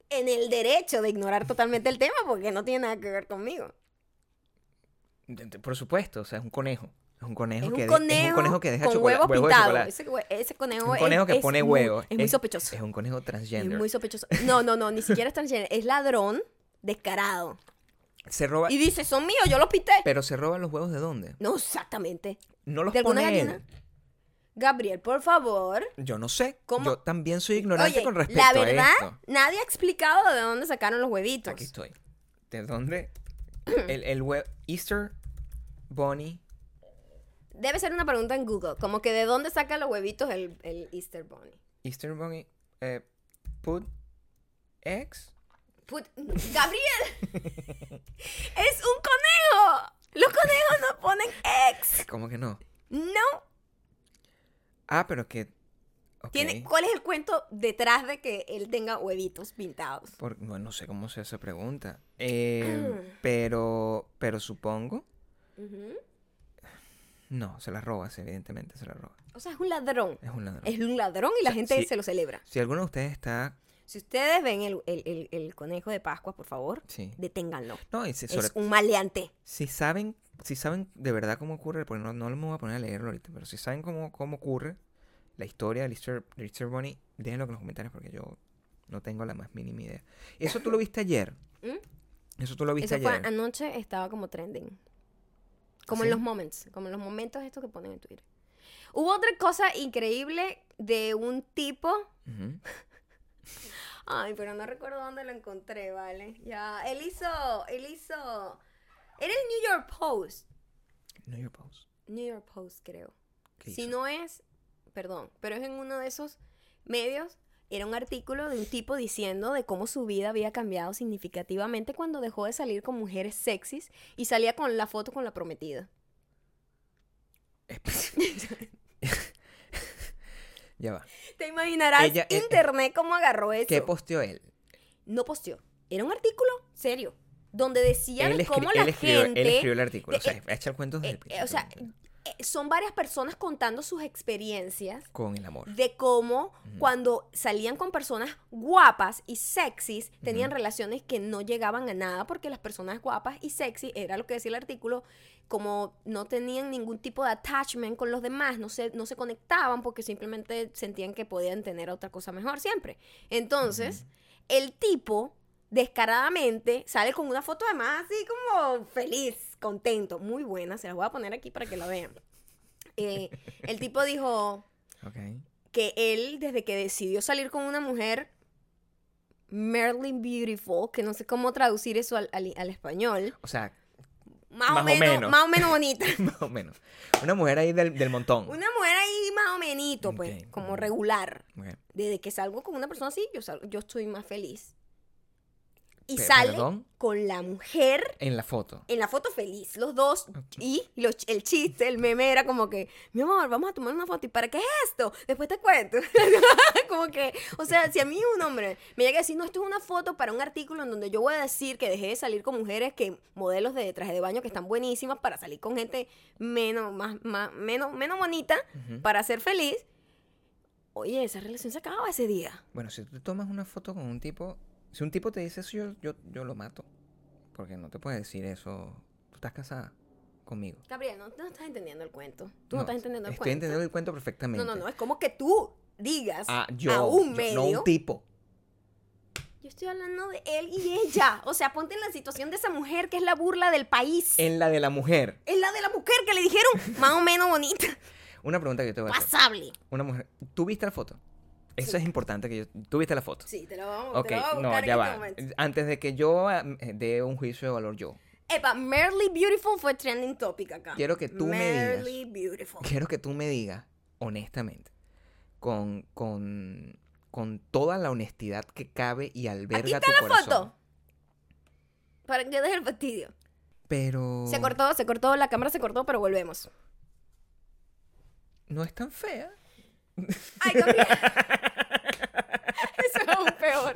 [SPEAKER 1] en el derecho de ignorar totalmente el tema porque no tiene nada que ver conmigo.
[SPEAKER 2] De- de- Por supuesto, o sea, es un conejo. Es un conejo,
[SPEAKER 1] Es un,
[SPEAKER 2] que, de-
[SPEAKER 1] conejo
[SPEAKER 2] es un conejo que deja
[SPEAKER 1] con
[SPEAKER 2] chocolate,
[SPEAKER 1] huevos
[SPEAKER 2] huevo de
[SPEAKER 1] pintados.
[SPEAKER 2] chocolate.
[SPEAKER 1] Ese, hue- ese conejo,
[SPEAKER 2] un
[SPEAKER 1] es-
[SPEAKER 2] conejo que
[SPEAKER 1] es
[SPEAKER 2] pone
[SPEAKER 1] muy-
[SPEAKER 2] huevos.
[SPEAKER 1] es muy sospechoso.
[SPEAKER 2] Es un conejo
[SPEAKER 1] Es
[SPEAKER 2] transgender.
[SPEAKER 1] muy sospechoso. No, no, no, ni siquiera es transgénero. Es ladrón descarado.
[SPEAKER 2] Se roba,
[SPEAKER 1] Y dice, son míos, yo los pinté.
[SPEAKER 2] pero se roban los huevos de dónde?
[SPEAKER 1] No, exactamente.
[SPEAKER 2] No los
[SPEAKER 1] ¿De alguna
[SPEAKER 2] pone
[SPEAKER 1] gallina?
[SPEAKER 2] él.
[SPEAKER 1] Gabriel, por favor.
[SPEAKER 2] Yo no sé.
[SPEAKER 1] ¿Cómo?
[SPEAKER 2] Yo también soy ignorante
[SPEAKER 1] Oye,
[SPEAKER 2] con respecto
[SPEAKER 1] la verdad, pues.
[SPEAKER 2] a esto.
[SPEAKER 1] nadie ha explicado de dónde sacaron los huevitos.
[SPEAKER 2] Aquí estoy. ¿De dónde? el el huevo Easter Bunny.
[SPEAKER 1] Debe ser una pregunta en Google, como que de dónde saca los huevitos el, el Easter Bunny.
[SPEAKER 2] Easter Bunny. eh, put eggs.
[SPEAKER 1] Put- Gabriel, es un conejo. Los conejos no ponen ex.
[SPEAKER 2] ¿Cómo que no?
[SPEAKER 1] No.
[SPEAKER 2] Ah, pero que. ok.
[SPEAKER 1] Tiene, ¿Cuál es el cuento detrás de que él tenga huevitos pintados?
[SPEAKER 2] Por- bueno, no sé cómo se hace pregunta. Eh, pero, pero supongo.
[SPEAKER 1] Ujú.
[SPEAKER 2] No, se la robas, evidentemente se la roba.
[SPEAKER 1] O sea, es un ladrón.
[SPEAKER 2] Es un ladrón.
[SPEAKER 1] Es un ladrón y la
[SPEAKER 2] sea,
[SPEAKER 1] gente
[SPEAKER 2] sí.
[SPEAKER 1] se lo celebra.
[SPEAKER 2] Si alguno de ustedes está.
[SPEAKER 1] Si ustedes ven el, el- el- el conejo de Pascua, por favor,
[SPEAKER 2] Sí.
[SPEAKER 1] deténganlo.
[SPEAKER 2] No, y si, sobre-
[SPEAKER 1] Es un maleante.
[SPEAKER 2] si saben, si saben de verdad cómo ocurre, porque no, no me voy a poner a leerlo ahorita, pero si saben cómo, cómo ocurre la historia del Easter, del Easter Bunny, déjenlo en los comentarios porque yo no tengo la más mínima idea. Eso tú lo viste ayer. Eso tú lo viste
[SPEAKER 1] ¿Mm? Eso fue
[SPEAKER 2] ayer.
[SPEAKER 1] anoche, estaba como trending. Como en
[SPEAKER 2] ¿Sí?
[SPEAKER 1] los moments, como en los momentos estos que ponen en Twitter. Hubo otra cosa increíble de un tipo.
[SPEAKER 2] Ujú.
[SPEAKER 1] Ay, pero no recuerdo dónde lo encontré, ¿vale? Ya, él hizo, él hizo. Era el New York Post.
[SPEAKER 2] New York Post.
[SPEAKER 1] New York Post, creo.
[SPEAKER 2] ¿Qué
[SPEAKER 1] Si
[SPEAKER 2] hizo?
[SPEAKER 1] no es, perdón, pero es en uno de esos medios, era un artículo de un tipo diciendo de cómo su vida había cambiado significativamente cuando dejó de salir con mujeres sexys y salía con la foto con la prometida.
[SPEAKER 2] ya va.
[SPEAKER 1] Te imaginarás
[SPEAKER 2] Ella- eh, eh,
[SPEAKER 1] internet cómo agarró eso.
[SPEAKER 2] ¿Qué posteó él?
[SPEAKER 1] no posteó. Era un artículo serio donde decía
[SPEAKER 2] Él,
[SPEAKER 1] de
[SPEAKER 2] escri-
[SPEAKER 1] cómo
[SPEAKER 2] él
[SPEAKER 1] la
[SPEAKER 2] escribió, él
[SPEAKER 1] gente
[SPEAKER 2] escribió el artículo.
[SPEAKER 1] de-
[SPEAKER 2] o sea, echa el cuento desde
[SPEAKER 1] eh,
[SPEAKER 2] el
[SPEAKER 1] eh, o sea,
[SPEAKER 2] principio,
[SPEAKER 1] eh, son varias personas contando sus experiencias
[SPEAKER 2] con el amor.
[SPEAKER 1] de cómo cuando salían con personas guapas y sexys, tenían
[SPEAKER 2] Ujú.
[SPEAKER 1] relaciones que no llegaban a nada porque las personas guapas y sexy, era lo que decía el artículo, como no tenían ningún tipo de attachment con los demás, no se, no se conectaban porque simplemente sentían que podían tener otra cosa mejor siempre. Entonces, el tipo descaradamente sale con una foto además así como feliz, contento, muy buena, se las voy a poner aquí para que la vean. Eh, el tipo dijo,
[SPEAKER 2] Ok.
[SPEAKER 1] que él, desde que decidió salir con una mujer, Merlin Beautiful, que no sé cómo traducir eso al, al- al español,
[SPEAKER 2] O sea,
[SPEAKER 1] más,
[SPEAKER 2] Más
[SPEAKER 1] o,
[SPEAKER 2] o
[SPEAKER 1] menos,
[SPEAKER 2] menos.
[SPEAKER 1] más o menos bonita.
[SPEAKER 2] más o menos. Una mujer ahí del, del montón.
[SPEAKER 1] Una mujer ahí más o menito, pues,
[SPEAKER 2] Ok.
[SPEAKER 1] como regular.
[SPEAKER 2] Ok.
[SPEAKER 1] Desde que salgo con una persona así, yo, sal- yo estoy más feliz. Y
[SPEAKER 2] Pe-
[SPEAKER 1] sale
[SPEAKER 2] perdón.
[SPEAKER 1] con la mujer
[SPEAKER 2] En la foto.
[SPEAKER 1] en la foto feliz, los dos. Y lo- el chiste, el meme era como que, mi amor, vamos a tomar una foto. ¿Y para qué es esto? Después te cuento. como que, o sea, si a mí un hombre me llega a decir, no, esto es una foto para un artículo en donde yo voy a decir que dejé de salir con mujeres que modelos de traje de baño que están buenísimas para salir con gente menos, más, más, menos, menos bonita
[SPEAKER 2] Ujú.
[SPEAKER 1] para ser feliz. Oye, esa relación se acaba ese día.
[SPEAKER 2] Bueno, si tú te tomas una foto con un tipo, si un tipo te dice eso, yo, yo, yo lo mato. Porque no te puede decir eso. Tú estás casada conmigo.
[SPEAKER 1] Gabriel, no, no estás entendiendo el cuento. Tú no,
[SPEAKER 2] No,
[SPEAKER 1] estás entendiendo el
[SPEAKER 2] Estoy
[SPEAKER 1] cuento.
[SPEAKER 2] entendiendo el cuento perfectamente.
[SPEAKER 1] No, no, no, es como que tú digas
[SPEAKER 2] Ah, yo,
[SPEAKER 1] a un
[SPEAKER 2] yo-
[SPEAKER 1] medio.
[SPEAKER 2] no un tipo.
[SPEAKER 1] Yo estoy hablando de él y ella. O sea, ponte en la situación de esa mujer que es la burla del país.
[SPEAKER 2] En la de la mujer.
[SPEAKER 1] Es la de la mujer que le dijeron más o menos bonita,
[SPEAKER 2] Una pregunta que yo te voy a hacer.
[SPEAKER 1] pasable.
[SPEAKER 2] Una mujer. ¿Tú viste la foto? Eso es importante que yo. ¿Tú viste la foto?
[SPEAKER 1] Sí, te lo vamos,
[SPEAKER 2] Ok,
[SPEAKER 1] te lo voy a buscar
[SPEAKER 2] no,
[SPEAKER 1] en
[SPEAKER 2] ya
[SPEAKER 1] este
[SPEAKER 2] va.
[SPEAKER 1] momento.
[SPEAKER 2] Antes de que yo eh, dé un juicio de valor yo,
[SPEAKER 1] Epa, Merely Beautiful fue trending topic acá.
[SPEAKER 2] Quiero que tú me
[SPEAKER 1] Merely Beautiful.
[SPEAKER 2] quiero que tú me digas, honestamente, con, con, con toda la honestidad que cabe y alberga
[SPEAKER 1] está
[SPEAKER 2] tu
[SPEAKER 1] La
[SPEAKER 2] corazón.
[SPEAKER 1] foto. Para que yo deje el fastidio.
[SPEAKER 2] Pero
[SPEAKER 1] Se cortó, se cortó, la cámara se cortó, pero volvemos.
[SPEAKER 2] no es tan fea.
[SPEAKER 1] Ay, Gabriel. Eso es aún peor.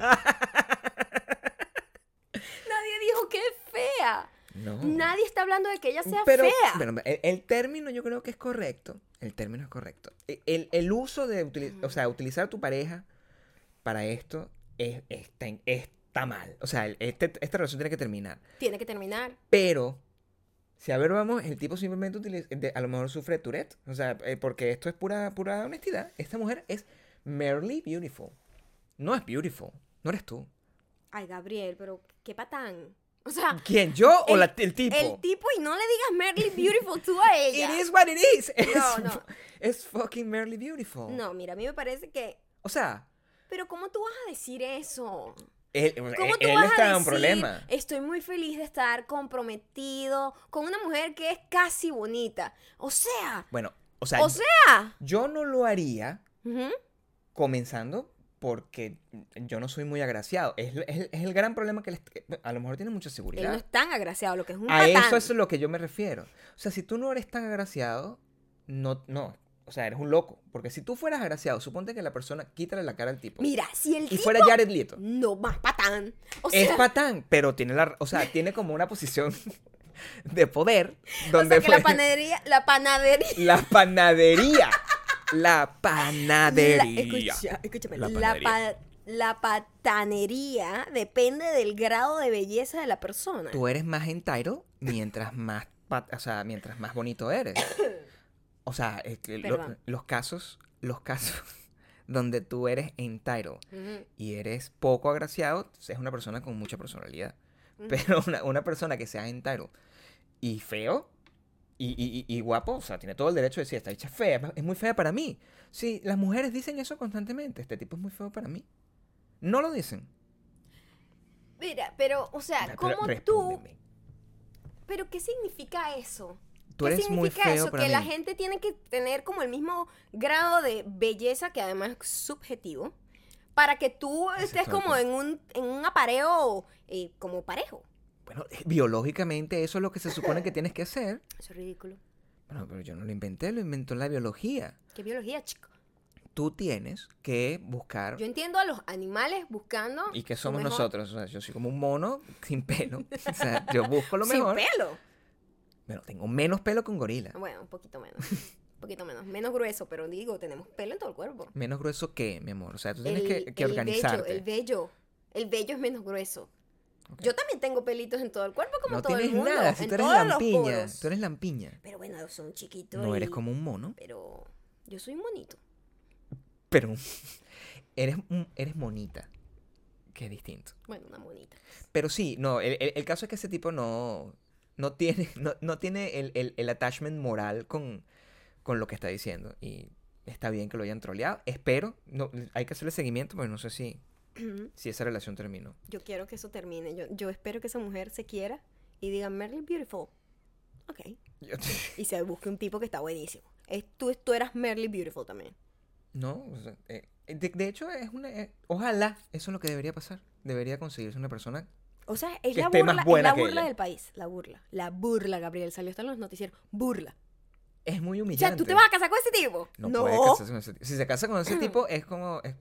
[SPEAKER 1] Nadie dijo que es fea.
[SPEAKER 2] No.
[SPEAKER 1] Nadie está hablando de que ella sea
[SPEAKER 2] pero,
[SPEAKER 1] fea.
[SPEAKER 2] pero el, el término yo creo que es correcto. El término es correcto. E- El, el uso de utili- o sea, utilizar a tu pareja para esto es, está, en- está mal. O sea, el- este- esta relación tiene que terminar.
[SPEAKER 1] Tiene que terminar.
[SPEAKER 2] Pero, si a ver, vamos, el tipo simplemente utiliza, de- a lo mejor sufre de Tourette. O sea, eh, porque esto es pura, pura honestidad. Esta mujer es merely beautiful. No es beautiful. No eres tú.
[SPEAKER 1] Ay, Gabriel, pero qué patán. O sea,
[SPEAKER 2] ¿Quién? ¿Yo o
[SPEAKER 1] Ah, El-
[SPEAKER 2] la- el tipo?
[SPEAKER 1] el tipo y no le digas Merly Beautiful tú a ella.
[SPEAKER 2] It is what it is. Es,
[SPEAKER 1] no.
[SPEAKER 2] es fucking merely beautiful.
[SPEAKER 1] No, mira, a mí me parece que.
[SPEAKER 2] O sea,
[SPEAKER 1] Pero ¿cómo tú vas a decir eso?
[SPEAKER 2] él,
[SPEAKER 1] ¿Cómo
[SPEAKER 2] él-
[SPEAKER 1] tú
[SPEAKER 2] e- él
[SPEAKER 1] vas
[SPEAKER 2] está
[SPEAKER 1] a decir, e-,
[SPEAKER 2] en un problema.
[SPEAKER 1] Estoy muy feliz de estar comprometido con una mujer que es casi bonita. O sea,
[SPEAKER 2] Bueno, o sea,
[SPEAKER 1] o sea.
[SPEAKER 2] yo no lo haría
[SPEAKER 1] ujú.
[SPEAKER 2] comenzando porque yo no soy muy agraciado. Es, es- es el gran problema que les- a lo mejor tiene mucha
[SPEAKER 1] Él no
[SPEAKER 2] seguridad.
[SPEAKER 1] es tan agraciado, lo que es un
[SPEAKER 2] a
[SPEAKER 1] patán.
[SPEAKER 2] eso es lo que yo me refiero. O sea, si tú no eres tan agraciado, no, no, o sea, eres un loco. Porque si tú fueras agraciado, suponte que la persona quítale la cara al tipo.
[SPEAKER 1] Mira, si el
[SPEAKER 2] y
[SPEAKER 1] tipo
[SPEAKER 2] fuera Jared Leto.
[SPEAKER 1] no más patán. O
[SPEAKER 2] es
[SPEAKER 1] sea,
[SPEAKER 2] patán, pero tiene la, o sea, tiene como una posición de poder
[SPEAKER 1] o sea
[SPEAKER 2] donde
[SPEAKER 1] que la
[SPEAKER 2] pues,
[SPEAKER 1] panadería, la panadería.
[SPEAKER 2] la panadería, la panadería.
[SPEAKER 1] La, escucha, escúchame,
[SPEAKER 2] La
[SPEAKER 1] la,
[SPEAKER 2] panadería.
[SPEAKER 1] pa- la patanería depende del grado de belleza de la persona.
[SPEAKER 2] Tú eres más entitled mientras más, pat- o sea, mientras más bonito eres. O sea, es que lo-
[SPEAKER 1] Perdón.
[SPEAKER 2] los casos, los casos donde tú eres entitled
[SPEAKER 1] Ujú,
[SPEAKER 2] y eres poco agraciado, es una persona con mucha personalidad.
[SPEAKER 1] Ujú.
[SPEAKER 2] Pero una, una persona que sea entitled y feo y, y- y- y guapo, o sea, tiene todo el derecho de decir, esta bicha es fea, es muy fea para mí. Sí, las mujeres dicen eso constantemente, este tipo es muy feo para mí. No lo dicen.
[SPEAKER 1] Mira, pero, o sea,
[SPEAKER 2] Pero
[SPEAKER 1] Ah, ¿cómo tú?
[SPEAKER 2] respóndeme.
[SPEAKER 1] ¿Pero qué significa eso?
[SPEAKER 2] Tú
[SPEAKER 1] ¿Qué
[SPEAKER 2] eres muy
[SPEAKER 1] significa
[SPEAKER 2] feo
[SPEAKER 1] eso?
[SPEAKER 2] para
[SPEAKER 1] Que la
[SPEAKER 2] mí.
[SPEAKER 1] gente tiene que tener como el mismo grado de belleza, que además es subjetivo, para que tú
[SPEAKER 2] Ese es
[SPEAKER 1] estés
[SPEAKER 2] todo el
[SPEAKER 1] como en
[SPEAKER 2] punto.
[SPEAKER 1] un, en un apareo eh, como parejo.
[SPEAKER 2] Bueno, eh, biológicamente eso es lo que se supone que tienes que hacer.
[SPEAKER 1] Eso es ridículo.
[SPEAKER 2] Bueno, pero yo no lo inventé, lo inventó la biología.
[SPEAKER 1] ¿Qué biología, chico?
[SPEAKER 2] Tú tienes que buscar...
[SPEAKER 1] Yo entiendo a los animales buscando.
[SPEAKER 2] ¿Y que
[SPEAKER 1] su
[SPEAKER 2] somos
[SPEAKER 1] mejor-
[SPEAKER 2] nosotros? O sea, yo soy como un mono sin pelo. O sea, yo busco lo
[SPEAKER 1] Sin
[SPEAKER 2] mejor.
[SPEAKER 1] pelo.
[SPEAKER 2] Bueno, tengo menos pelo que un gorila.
[SPEAKER 1] Bueno, un poquito menos. Un poquito menos. Menos grueso, pero digo, tenemos pelo en todo el cuerpo.
[SPEAKER 2] Menos grueso que, mi amor. O sea, tú tienes
[SPEAKER 1] El-
[SPEAKER 2] que, que
[SPEAKER 1] el
[SPEAKER 2] organizarte.
[SPEAKER 1] Vello, el vello. El vello es menos grueso. Yo también tengo pelitos en todo el cuerpo, como
[SPEAKER 2] no
[SPEAKER 1] todo
[SPEAKER 2] tienes
[SPEAKER 1] el mundo.
[SPEAKER 2] nada. Si
[SPEAKER 1] en
[SPEAKER 2] tú eres
[SPEAKER 1] todos los
[SPEAKER 2] lampiña.
[SPEAKER 1] poros.
[SPEAKER 2] Tú eres lampiña.
[SPEAKER 1] Pero bueno, son chiquitos.
[SPEAKER 2] No eres
[SPEAKER 1] y-
[SPEAKER 2] como un mono,
[SPEAKER 1] Pero yo soy un monito.
[SPEAKER 2] pero eres, un- eres monita. Que es distinto.
[SPEAKER 1] Bueno, una monita.
[SPEAKER 2] Pero sí, no, el, el- el caso es que ese tipo no, no tiene, no, no tiene el, el- el attachment moral con, con lo que está diciendo. Y está bien que lo hayan troleado. Espero, no, hay que hacerle seguimiento porque no sé si, si esa relación terminó.
[SPEAKER 1] Yo quiero que eso termine. Yo, yo espero que esa mujer se quiera y diga, Merle Beautiful. Ok.
[SPEAKER 2] Yo-
[SPEAKER 1] Y se busque un tipo que está buenísimo. Es, tú, tú eras Merle Beautiful también.
[SPEAKER 2] no, o sea, eh, de, de hecho es una... eh, ojalá, eso es lo que debería pasar. Debería conseguirse una persona.
[SPEAKER 1] O sea, es
[SPEAKER 2] Que
[SPEAKER 1] la
[SPEAKER 2] esté
[SPEAKER 1] burla, es
[SPEAKER 2] más buena
[SPEAKER 1] la
[SPEAKER 2] que
[SPEAKER 1] burla
[SPEAKER 2] ella.
[SPEAKER 1] del país. La burla. La burla, Gabriel. Salió hasta en los noticieros. Burla.
[SPEAKER 2] Es muy
[SPEAKER 1] O
[SPEAKER 2] humillante.
[SPEAKER 1] sea, ¿tú te vas Mm. a casar con ese tipo?
[SPEAKER 2] No, puede casarse con ese tipo. Si se casa con ese tipo es como... Es,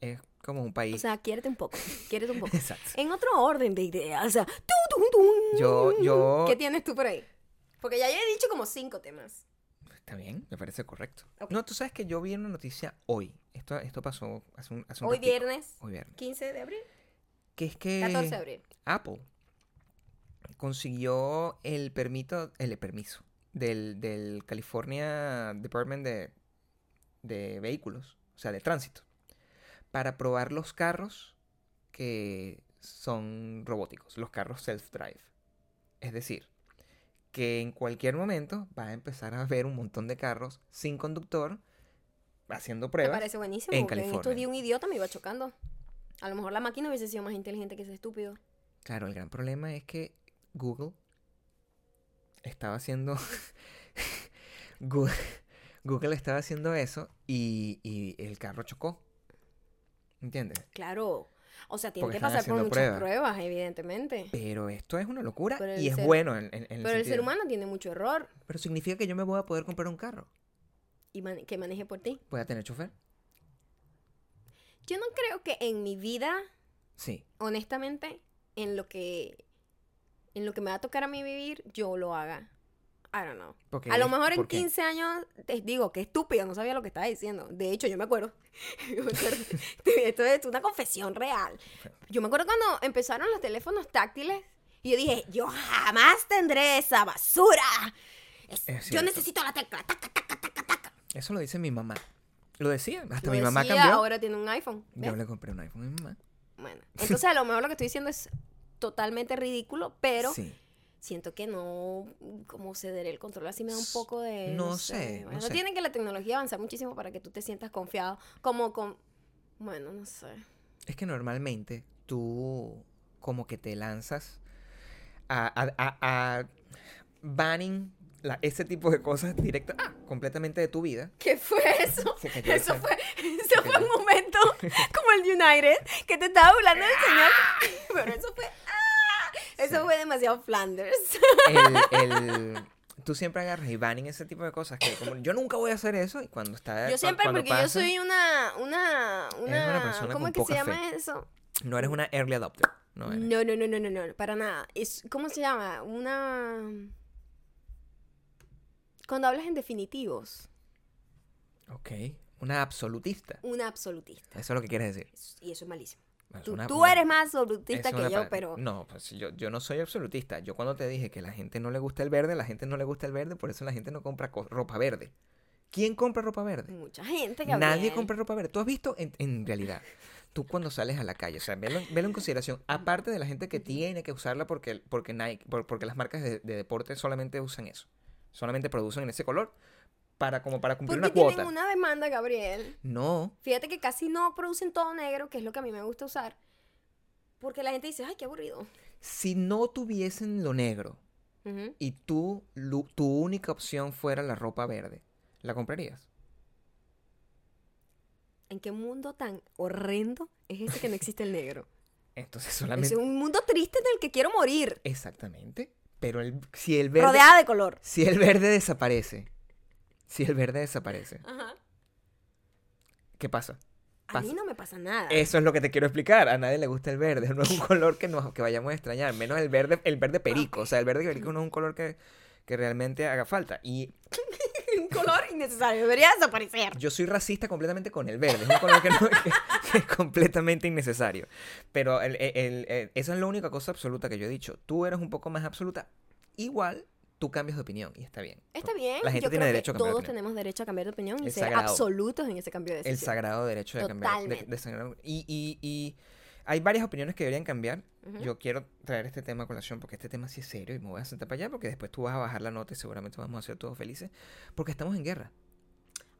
[SPEAKER 2] es como un país...
[SPEAKER 1] O sea, quiérete un poco. Quiérete un poco.
[SPEAKER 2] Exacto.
[SPEAKER 1] En otro orden de ideas. O sea, tum, tum, tum.
[SPEAKER 2] Yo- yo-
[SPEAKER 1] ¿Qué tienes tú por ahí? Porque ya yo he dicho como cinco temas.
[SPEAKER 2] Está bien, me parece correcto.
[SPEAKER 1] Ok.
[SPEAKER 2] No, tú sabes que yo vi una noticia hoy. Esto, esto pasó hace un, Eh, hace un
[SPEAKER 1] Hoy
[SPEAKER 2] ratico.
[SPEAKER 1] viernes,
[SPEAKER 2] Hoy viernes.
[SPEAKER 1] 15 de abril,
[SPEAKER 2] Que es que
[SPEAKER 1] 14 de abril.
[SPEAKER 2] Apple consiguió el permito, el permiso del, del California Department de, de Vehículos, o sea, de tránsito, para probar los carros que son robóticos, los carros self-drive. Es decir, que en cualquier momento va a empezar a haber un montón de carros sin conductor haciendo
[SPEAKER 1] Me
[SPEAKER 2] pruebas.
[SPEAKER 1] parece buenísimo.
[SPEAKER 2] en
[SPEAKER 1] porque en estos
[SPEAKER 2] California.
[SPEAKER 1] días un idiota me iba chocando. A lo mejor la máquina hubiese sido más inteligente que ese estúpido.
[SPEAKER 2] Claro, el gran problema es que Google estaba haciendo. Gu- Google estaba haciendo eso y, y el carro chocó. ¿Entiendes?
[SPEAKER 1] Claro. O sea, tiene que
[SPEAKER 2] Porque están
[SPEAKER 1] pasar por
[SPEAKER 2] haciendo
[SPEAKER 1] muchas
[SPEAKER 2] pruebas.
[SPEAKER 1] pruebas, evidentemente.
[SPEAKER 2] Pero esto es una locura
[SPEAKER 1] Pero
[SPEAKER 2] y
[SPEAKER 1] el
[SPEAKER 2] es
[SPEAKER 1] ser-
[SPEAKER 2] bueno en, en- en el
[SPEAKER 1] Pero el ser
[SPEAKER 2] sentido.
[SPEAKER 1] humano tiene mucho error
[SPEAKER 2] Pero significa que yo me voy a poder comprar un carro.
[SPEAKER 1] y mane- que maneje por ti.
[SPEAKER 2] ¿Voy a tener chofer?
[SPEAKER 1] Yo no creo que en mi vida,
[SPEAKER 2] Sí.
[SPEAKER 1] honestamente, en lo que en lo que me va a tocar a mí vivir, yo lo haga. I don't know.
[SPEAKER 2] Porque
[SPEAKER 1] A lo
[SPEAKER 2] es-
[SPEAKER 1] mejor en
[SPEAKER 2] ¿por qué?
[SPEAKER 1] 15 años, te digo, que estúpida, no sabía lo que estaba diciendo. De hecho, yo me acuerdo. Yo me acuerdo. Esto es una confesión real. Yo me acuerdo cuando empezaron los teléfonos táctiles y yo dije, yo jamás tendré esa basura. Es-
[SPEAKER 2] Es
[SPEAKER 1] yo
[SPEAKER 2] cierto.
[SPEAKER 1] necesito la tecla. tac.
[SPEAKER 2] Eso lo dice mi mamá. Lo decía. Hasta
[SPEAKER 1] Lo
[SPEAKER 2] mi mamá
[SPEAKER 1] decía,
[SPEAKER 2] cambió.
[SPEAKER 1] Ahora tiene un iPhone. ¿ves?
[SPEAKER 2] Yo le compré un iPhone a mi mamá.
[SPEAKER 1] Bueno, entonces a lo mejor lo que estoy diciendo es totalmente ridículo, pero
[SPEAKER 2] Sí.
[SPEAKER 1] siento que no, como ceder el control así me da un
[SPEAKER 2] S-
[SPEAKER 1] poco de...
[SPEAKER 2] no sé, no
[SPEAKER 1] Bueno,
[SPEAKER 2] sé.
[SPEAKER 1] tienen que la tecnología avanzar muchísimo para que tú te sientas confiado, como con... Bueno, no sé.
[SPEAKER 2] Es que normalmente tú como que te lanzas a, a, a- a banning la- ese tipo de cosas directas, ah, completamente de tu vida.
[SPEAKER 1] ¿Qué fue eso?
[SPEAKER 2] Se cayó
[SPEAKER 1] Eso
[SPEAKER 2] esa-
[SPEAKER 1] fue, eso fue
[SPEAKER 2] cayó.
[SPEAKER 1] un momento como el de United, que te estaba hablando del señor. Pero eso fue. ¡ah! Eso
[SPEAKER 2] Sí.
[SPEAKER 1] fue demasiado Flanders.
[SPEAKER 2] El, el- tú siempre agarras y banning ese tipo de cosas. Que como, yo nunca voy a hacer eso. Y cuando está.
[SPEAKER 1] Yo
[SPEAKER 2] cua-
[SPEAKER 1] siempre,
[SPEAKER 2] cuando
[SPEAKER 1] porque yo
[SPEAKER 2] pasa,
[SPEAKER 1] soy una. una, una,
[SPEAKER 2] persona
[SPEAKER 1] ¿Cómo
[SPEAKER 2] con
[SPEAKER 1] es que se
[SPEAKER 2] poca
[SPEAKER 1] llama
[SPEAKER 2] fe.
[SPEAKER 1] eso?
[SPEAKER 2] No eres una early adopter. No eres.
[SPEAKER 1] No, no, no, no, no, no, para nada. Es, ¿Cómo se llama? Una. Cuando hablas en definitivos,
[SPEAKER 2] Ok. Una absolutista.
[SPEAKER 1] una absolutista.
[SPEAKER 2] Eso es lo que quieres decir.
[SPEAKER 1] Y eso es malísimo.
[SPEAKER 2] Bueno,
[SPEAKER 1] Tú,
[SPEAKER 2] una-
[SPEAKER 1] tú
[SPEAKER 2] una-
[SPEAKER 1] eres más
[SPEAKER 2] es
[SPEAKER 1] absolutista
[SPEAKER 2] una
[SPEAKER 1] que yo,
[SPEAKER 2] pa-
[SPEAKER 1] pero.
[SPEAKER 2] No, pues yo, yo no soy absolutista. Yo cuando te dije que la gente no le gusta el verde, la gente no le gusta el verde, por eso la gente no compra co- ropa verde. ¿Quién compra ropa verde?
[SPEAKER 1] Mucha gente que
[SPEAKER 2] Nadie compra ropa verde. Tú has visto en, en realidad. Tú cuando sales a la calle, o sea, velo, velo en consideración, aparte de la gente que tiene que usarla porque, porque, Nike, por- porque las marcas de, de deporte solamente usan eso, solamente producen en ese color para, como para cumplir
[SPEAKER 1] Porque
[SPEAKER 2] una cuota.
[SPEAKER 1] tienen una demanda, Gabriel.
[SPEAKER 2] No,
[SPEAKER 1] Fíjate que casi no producen todo negro, que es lo que a mí me gusta usar. Porque la gente dice, ay, qué aburrido.
[SPEAKER 2] si no tuviesen lo negro,
[SPEAKER 1] Ujú.
[SPEAKER 2] y tú, lu- tu única opción fuera la ropa verde, ¿la comprarías?
[SPEAKER 1] ¿En qué mundo tan horrendo es ese que no existe el negro?
[SPEAKER 2] Entonces
[SPEAKER 1] es
[SPEAKER 2] solamente...
[SPEAKER 1] un mundo triste en el que quiero morir,
[SPEAKER 2] Exactamente. Pero el, si el verde...
[SPEAKER 1] rodeada de color.
[SPEAKER 2] Si el verde desaparece. Si el verde desaparece.
[SPEAKER 1] Ajá.
[SPEAKER 2] ¿Qué pasa?
[SPEAKER 1] A
[SPEAKER 2] Pasa.
[SPEAKER 1] mí no me pasa nada.
[SPEAKER 2] Eso es lo que te quiero explicar. A nadie le gusta el verde. No es un color que, nos, que vayamos a extrañar. Menos el verde, el verde perico. O sea, el verde perico no es un color que, que realmente haga falta. Y
[SPEAKER 1] un color innecesario, debería desaparecer.
[SPEAKER 2] Yo soy racista completamente con el verde. Es un color que, no- que- que es completamente innecesario. Pero el- el- el- el- esa es la única cosa absoluta que yo he dicho. Tú eres un poco más absoluta. Igual tú cambias de opinión y está bien.
[SPEAKER 1] Está bien,
[SPEAKER 2] La gente
[SPEAKER 1] yo
[SPEAKER 2] tiene
[SPEAKER 1] creo
[SPEAKER 2] derecho a
[SPEAKER 1] que
[SPEAKER 2] cambiar de
[SPEAKER 1] todos
[SPEAKER 2] opinión.
[SPEAKER 1] tenemos derecho a cambiar de opinión y
[SPEAKER 2] Es
[SPEAKER 1] ser
[SPEAKER 2] sagrado.
[SPEAKER 1] absolutos en ese cambio de
[SPEAKER 2] El
[SPEAKER 1] decisión.
[SPEAKER 2] sagrado derecho de cambiar. De,
[SPEAKER 1] Totalmente.
[SPEAKER 2] de sangrar- y, y- y hay varias opiniones que deberían cambiar.
[SPEAKER 1] Ujú.
[SPEAKER 2] Yo quiero traer este tema a colación porque este tema sí es serio y me voy a sentar para allá porque después tú vas a bajar la nota y seguramente vamos a ser todos felices. Porque estamos en guerra.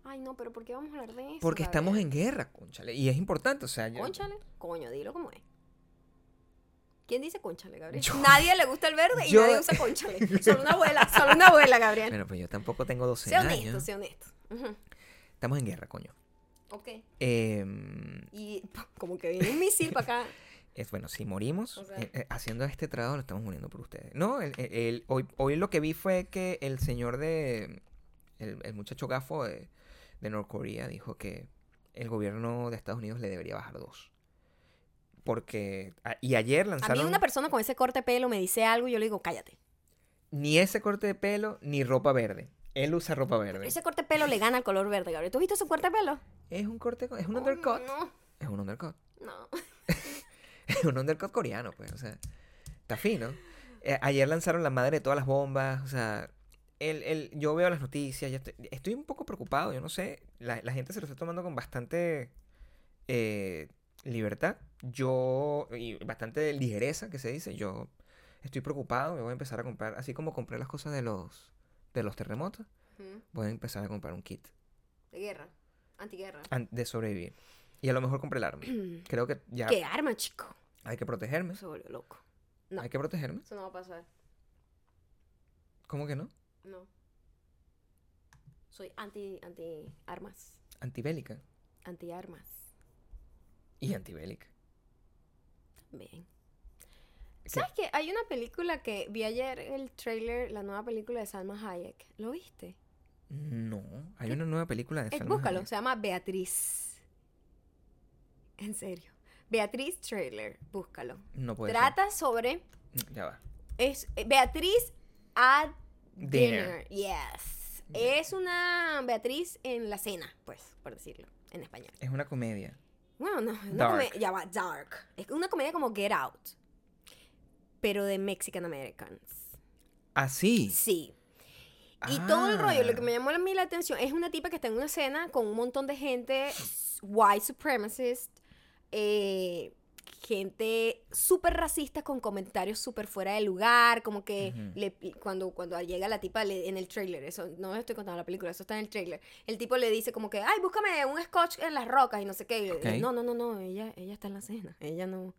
[SPEAKER 1] Ay, no, pero ¿por qué vamos a hablar de eso?
[SPEAKER 2] Porque estamos en guerra, conchale. Y es importante. O sea, yo-
[SPEAKER 1] Conchale. Coño, dilo como es. ¿Quién dice conchale, Gabriel?
[SPEAKER 2] Yo-
[SPEAKER 1] Nadie le gusta el verde y
[SPEAKER 2] Yo-
[SPEAKER 1] nadie usa conchale. Solo una abuela, solo una abuela, Gabriel.
[SPEAKER 2] Bueno, pues yo tampoco tengo 12
[SPEAKER 1] Sea
[SPEAKER 2] años.
[SPEAKER 1] honesto, sea honesto. Ujú.
[SPEAKER 2] Estamos en guerra, coño.
[SPEAKER 1] Ok.
[SPEAKER 2] Em,
[SPEAKER 1] Y como que viene un misil para acá.
[SPEAKER 2] es bueno, si morimos,
[SPEAKER 1] O sea-
[SPEAKER 2] eh, eh, haciendo este trabajo lo estamos muriendo por ustedes. No, el, el- el- hoy, hoy lo que vi fue que el señor de. El, el muchacho gafo de, de Norcorea dijo que el gobierno de Estados Unidos le debería bajar dos. Porque. a- Y ayer
[SPEAKER 1] A mí
[SPEAKER 2] lanzaron.
[SPEAKER 1] una persona con ese corte de pelo me dice algo y yo le digo, cállate.
[SPEAKER 2] Ni ese corte de pelo, ni ropa verde. Él usa ropa verde.
[SPEAKER 1] Ese corte de pelo le gana al color verde, Gabriel. ¿Tú has visto su corte de pelo?
[SPEAKER 2] Es un corte. co- Es un
[SPEAKER 1] Oh,
[SPEAKER 2] undercut.
[SPEAKER 1] No,
[SPEAKER 2] Es un undercut.
[SPEAKER 1] no.
[SPEAKER 2] un undercut coreano, pues, o sea, está fino. Eh, ayer lanzaron la madre de todas las bombas, o sea, el, el, yo veo las noticias, ya estoy, estoy un poco preocupado, yo no sé, la, la gente se lo está tomando con bastante eh, libertad, yo, y bastante ligereza, que se dice, yo estoy preocupado, me voy a empezar a comprar, así como compré las cosas de los, de los terremotos,
[SPEAKER 1] Ujú.
[SPEAKER 2] voy a empezar a comprar un kit
[SPEAKER 1] De guerra. Antiguerra.
[SPEAKER 2] an- de sobrevivir. Y a lo mejor compré el arma. Creo que ya
[SPEAKER 1] ¿Qué arma, chico?
[SPEAKER 2] hay que protegerme.
[SPEAKER 1] Se volvió loco. No.
[SPEAKER 2] Hay que protegerme.
[SPEAKER 1] Eso no va a pasar.
[SPEAKER 2] ¿Cómo que no?
[SPEAKER 1] No. Soy anti, anti armas.
[SPEAKER 2] Antibélica.
[SPEAKER 1] Anti armas.
[SPEAKER 2] Y antibélica.
[SPEAKER 1] Bien. ¿Sabes qué? Hay una película que vi ayer, el trailer, la nueva película de Salma Hayek. ¿Lo viste?
[SPEAKER 2] No, hay una nueva película de
[SPEAKER 1] Eh,
[SPEAKER 2] Salma
[SPEAKER 1] búscalo,
[SPEAKER 2] Hayek.
[SPEAKER 1] se llama Beatriz. En serio. Beatriz Trailer, búscalo.
[SPEAKER 2] No puede
[SPEAKER 1] Trata sobre...
[SPEAKER 2] ser. Mm, Ya va.
[SPEAKER 1] Es, eh, Beatriz at dinner.
[SPEAKER 2] Dinner.
[SPEAKER 1] Yes.
[SPEAKER 2] Ya.
[SPEAKER 1] Es una Beatriz en la cena, pues, por decirlo, en español.
[SPEAKER 2] Es una comedia.
[SPEAKER 1] Bueno, no, es una
[SPEAKER 2] Dark.
[SPEAKER 1] comedia, ya va, dark. Es una comedia como Get Out, pero de Mexican Americans.
[SPEAKER 2] ¿Ah, sí?
[SPEAKER 1] Sí. Y todo el rollo, lo que
[SPEAKER 2] Ah.
[SPEAKER 1] me llamó a mí la atención, es una tipa que está en una cena con un montón de gente, white supremacist, eh, gente súper racista con comentarios súper fuera de lugar, como que
[SPEAKER 2] Ujú.
[SPEAKER 1] le- cuando, cuando llega la tipa le- en el trailer, eso no estoy contando la película, eso está en el trailer, el tipo le dice como que, ay, búscame un scotch en las rocas y no sé qué, y le dice,
[SPEAKER 2] Ok.
[SPEAKER 1] no, no, no, no, ella, ella está en la cena, ella no...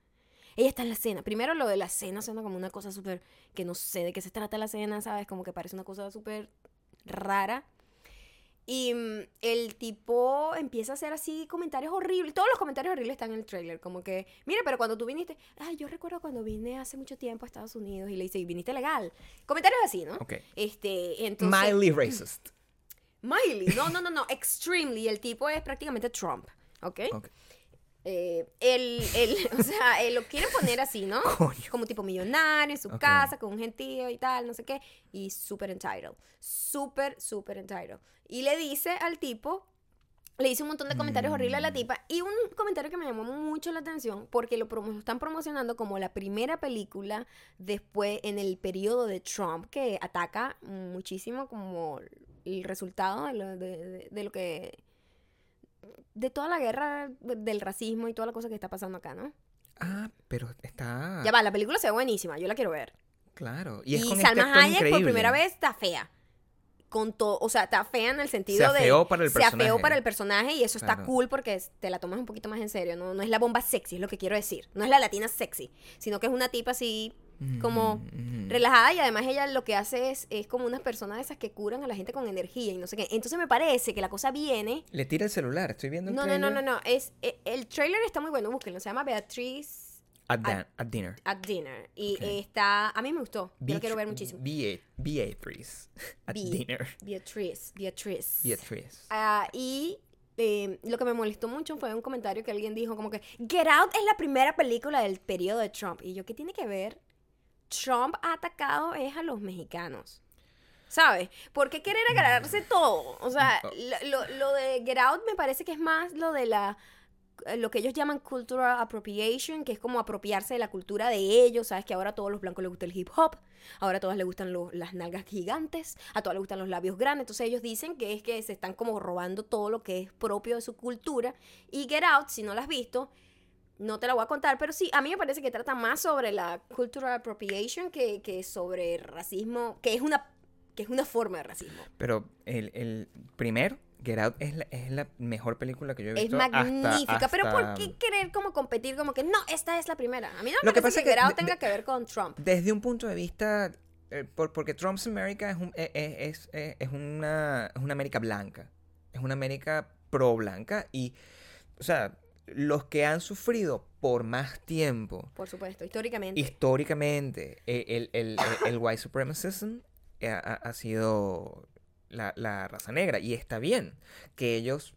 [SPEAKER 1] Ella está en la cena. Primero lo de la cena suena como una cosa súper que no sé de qué se trata la cena, ¿sabes? Como que parece una cosa súper rara. Y mm, el tipo empieza a hacer así comentarios horribles. Todos los comentarios horribles están en el trailer. Como que, mira, pero cuando tú viniste, ay, yo recuerdo cuando vine hace mucho tiempo a Estados Unidos y le dice, "Y viniste legal. Comentarios así, ¿no?
[SPEAKER 2] Ok.
[SPEAKER 1] Este, entonces.
[SPEAKER 2] Mildly racist.
[SPEAKER 1] Miley. No, no, no, no. Extremely. El tipo es prácticamente Trump. ¿Ok?
[SPEAKER 2] Ok.
[SPEAKER 1] Eh, él, él, o sea, él lo quieren poner así, ¿no?
[SPEAKER 2] Coño.
[SPEAKER 1] Como tipo millonario, en su
[SPEAKER 2] Ok.
[SPEAKER 1] casa, con un gentío y tal, no sé qué. Y súper entitled. Súper, súper entitled. Y le dice al tipo, le hice un montón de comentarios horribles a la tipa. Y un comentario que me llamó mucho la atención, porque lo, promo- lo están promocionando como la primera película después, en el periodo de Trump, que ataca muchísimo como el resultado de lo, de- de- de lo que... De toda la guerra del racismo y toda la cosa que está pasando acá, ¿no?
[SPEAKER 2] Ah, pero está.
[SPEAKER 1] Ya va, la película se ve buenísima, yo la quiero ver.
[SPEAKER 2] Claro.
[SPEAKER 1] Y,
[SPEAKER 2] Y es con este
[SPEAKER 1] Salma
[SPEAKER 2] actor
[SPEAKER 1] Hayek por
[SPEAKER 2] increíble.
[SPEAKER 1] primera vez está fea. Con todo, o sea, está fea en el sentido de.
[SPEAKER 2] afeó para el
[SPEAKER 1] se afeó
[SPEAKER 2] personaje.
[SPEAKER 1] para el personaje y eso está
[SPEAKER 2] Claro.
[SPEAKER 1] cool porque es- te la tomas un poquito más en serio. No, no es la bomba sexy, es lo que quiero decir. No es la latina sexy, sino que es una tipa así como
[SPEAKER 2] Mm, mm.
[SPEAKER 1] relajada y además ella lo que hace es, es como unas personas de esas que curan a la gente con energía y no sé qué. Entonces me parece que la cosa viene.
[SPEAKER 2] Le tira el celular. Estoy viendo un
[SPEAKER 1] No, no, no, no,
[SPEAKER 2] trailer.
[SPEAKER 1] no. Es, eh, el trailer está muy bueno, búsquenlo. Se llama Beatriz
[SPEAKER 2] At, dan- at dinner.
[SPEAKER 1] at Dinner. Y
[SPEAKER 2] Ok.
[SPEAKER 1] está. A mí me gustó. Yo lo
[SPEAKER 2] Beat-
[SPEAKER 1] quiero ver muchísimo.
[SPEAKER 2] Bea- Beatriz. At
[SPEAKER 1] Be-
[SPEAKER 2] dinner.
[SPEAKER 1] Beatriz, Beatriz.
[SPEAKER 2] Beatriz.
[SPEAKER 1] Ah, y eh, lo que me molestó mucho fue un comentario que alguien dijo como que Get Out es la primera película del periodo de Trump. Y yo, ¿qué tiene que ver? Trump ha atacado es a los mexicanos. ¿Sabes? ¿Por qué querer agarrarse todo? O sea, lo, lo- lo de Get Out me parece que es más lo de la eh, lo que ellos llaman cultural appropriation, que es como apropiarse de la cultura de ellos, sabes que ahora a todos los blancos les gusta el hip hop, ahora a todas les gustan los- las nalgas gigantes, a todas les gustan los labios grandes, entonces ellos dicen que es que se están como robando todo lo que es propio de su cultura y Get Out, si no la has visto, no te la voy a contar, pero sí, a mí me parece que trata más sobre la cultural appropriation que, que sobre racismo, que es una que es una forma de racismo.
[SPEAKER 2] Pero el, el primero, Get Out, es la, es la mejor película que yo he
[SPEAKER 1] Es
[SPEAKER 2] visto. hasta-
[SPEAKER 1] magnífica, pero ¿por
[SPEAKER 2] hasta-
[SPEAKER 1] qué querer como competir como que no, esta es la primera? A mí no me
[SPEAKER 2] Lo que
[SPEAKER 1] parece
[SPEAKER 2] pasa
[SPEAKER 1] que,
[SPEAKER 2] es que
[SPEAKER 1] Get Out
[SPEAKER 2] de-
[SPEAKER 1] tenga
[SPEAKER 2] de-
[SPEAKER 1] que ver con Trump.
[SPEAKER 2] Desde un punto de vista. eh, por- porque Trump's America es, un- eh, eh, es, eh, es una, es una América blanca. Es una América pro-blanca. Y, o sea, los que han sufrido por más tiempo
[SPEAKER 1] Por supuesto, históricamente.
[SPEAKER 2] históricamente eh, el, el, el- el white supremacism eh, ha, ha sido la, la raza negra y está bien que ellos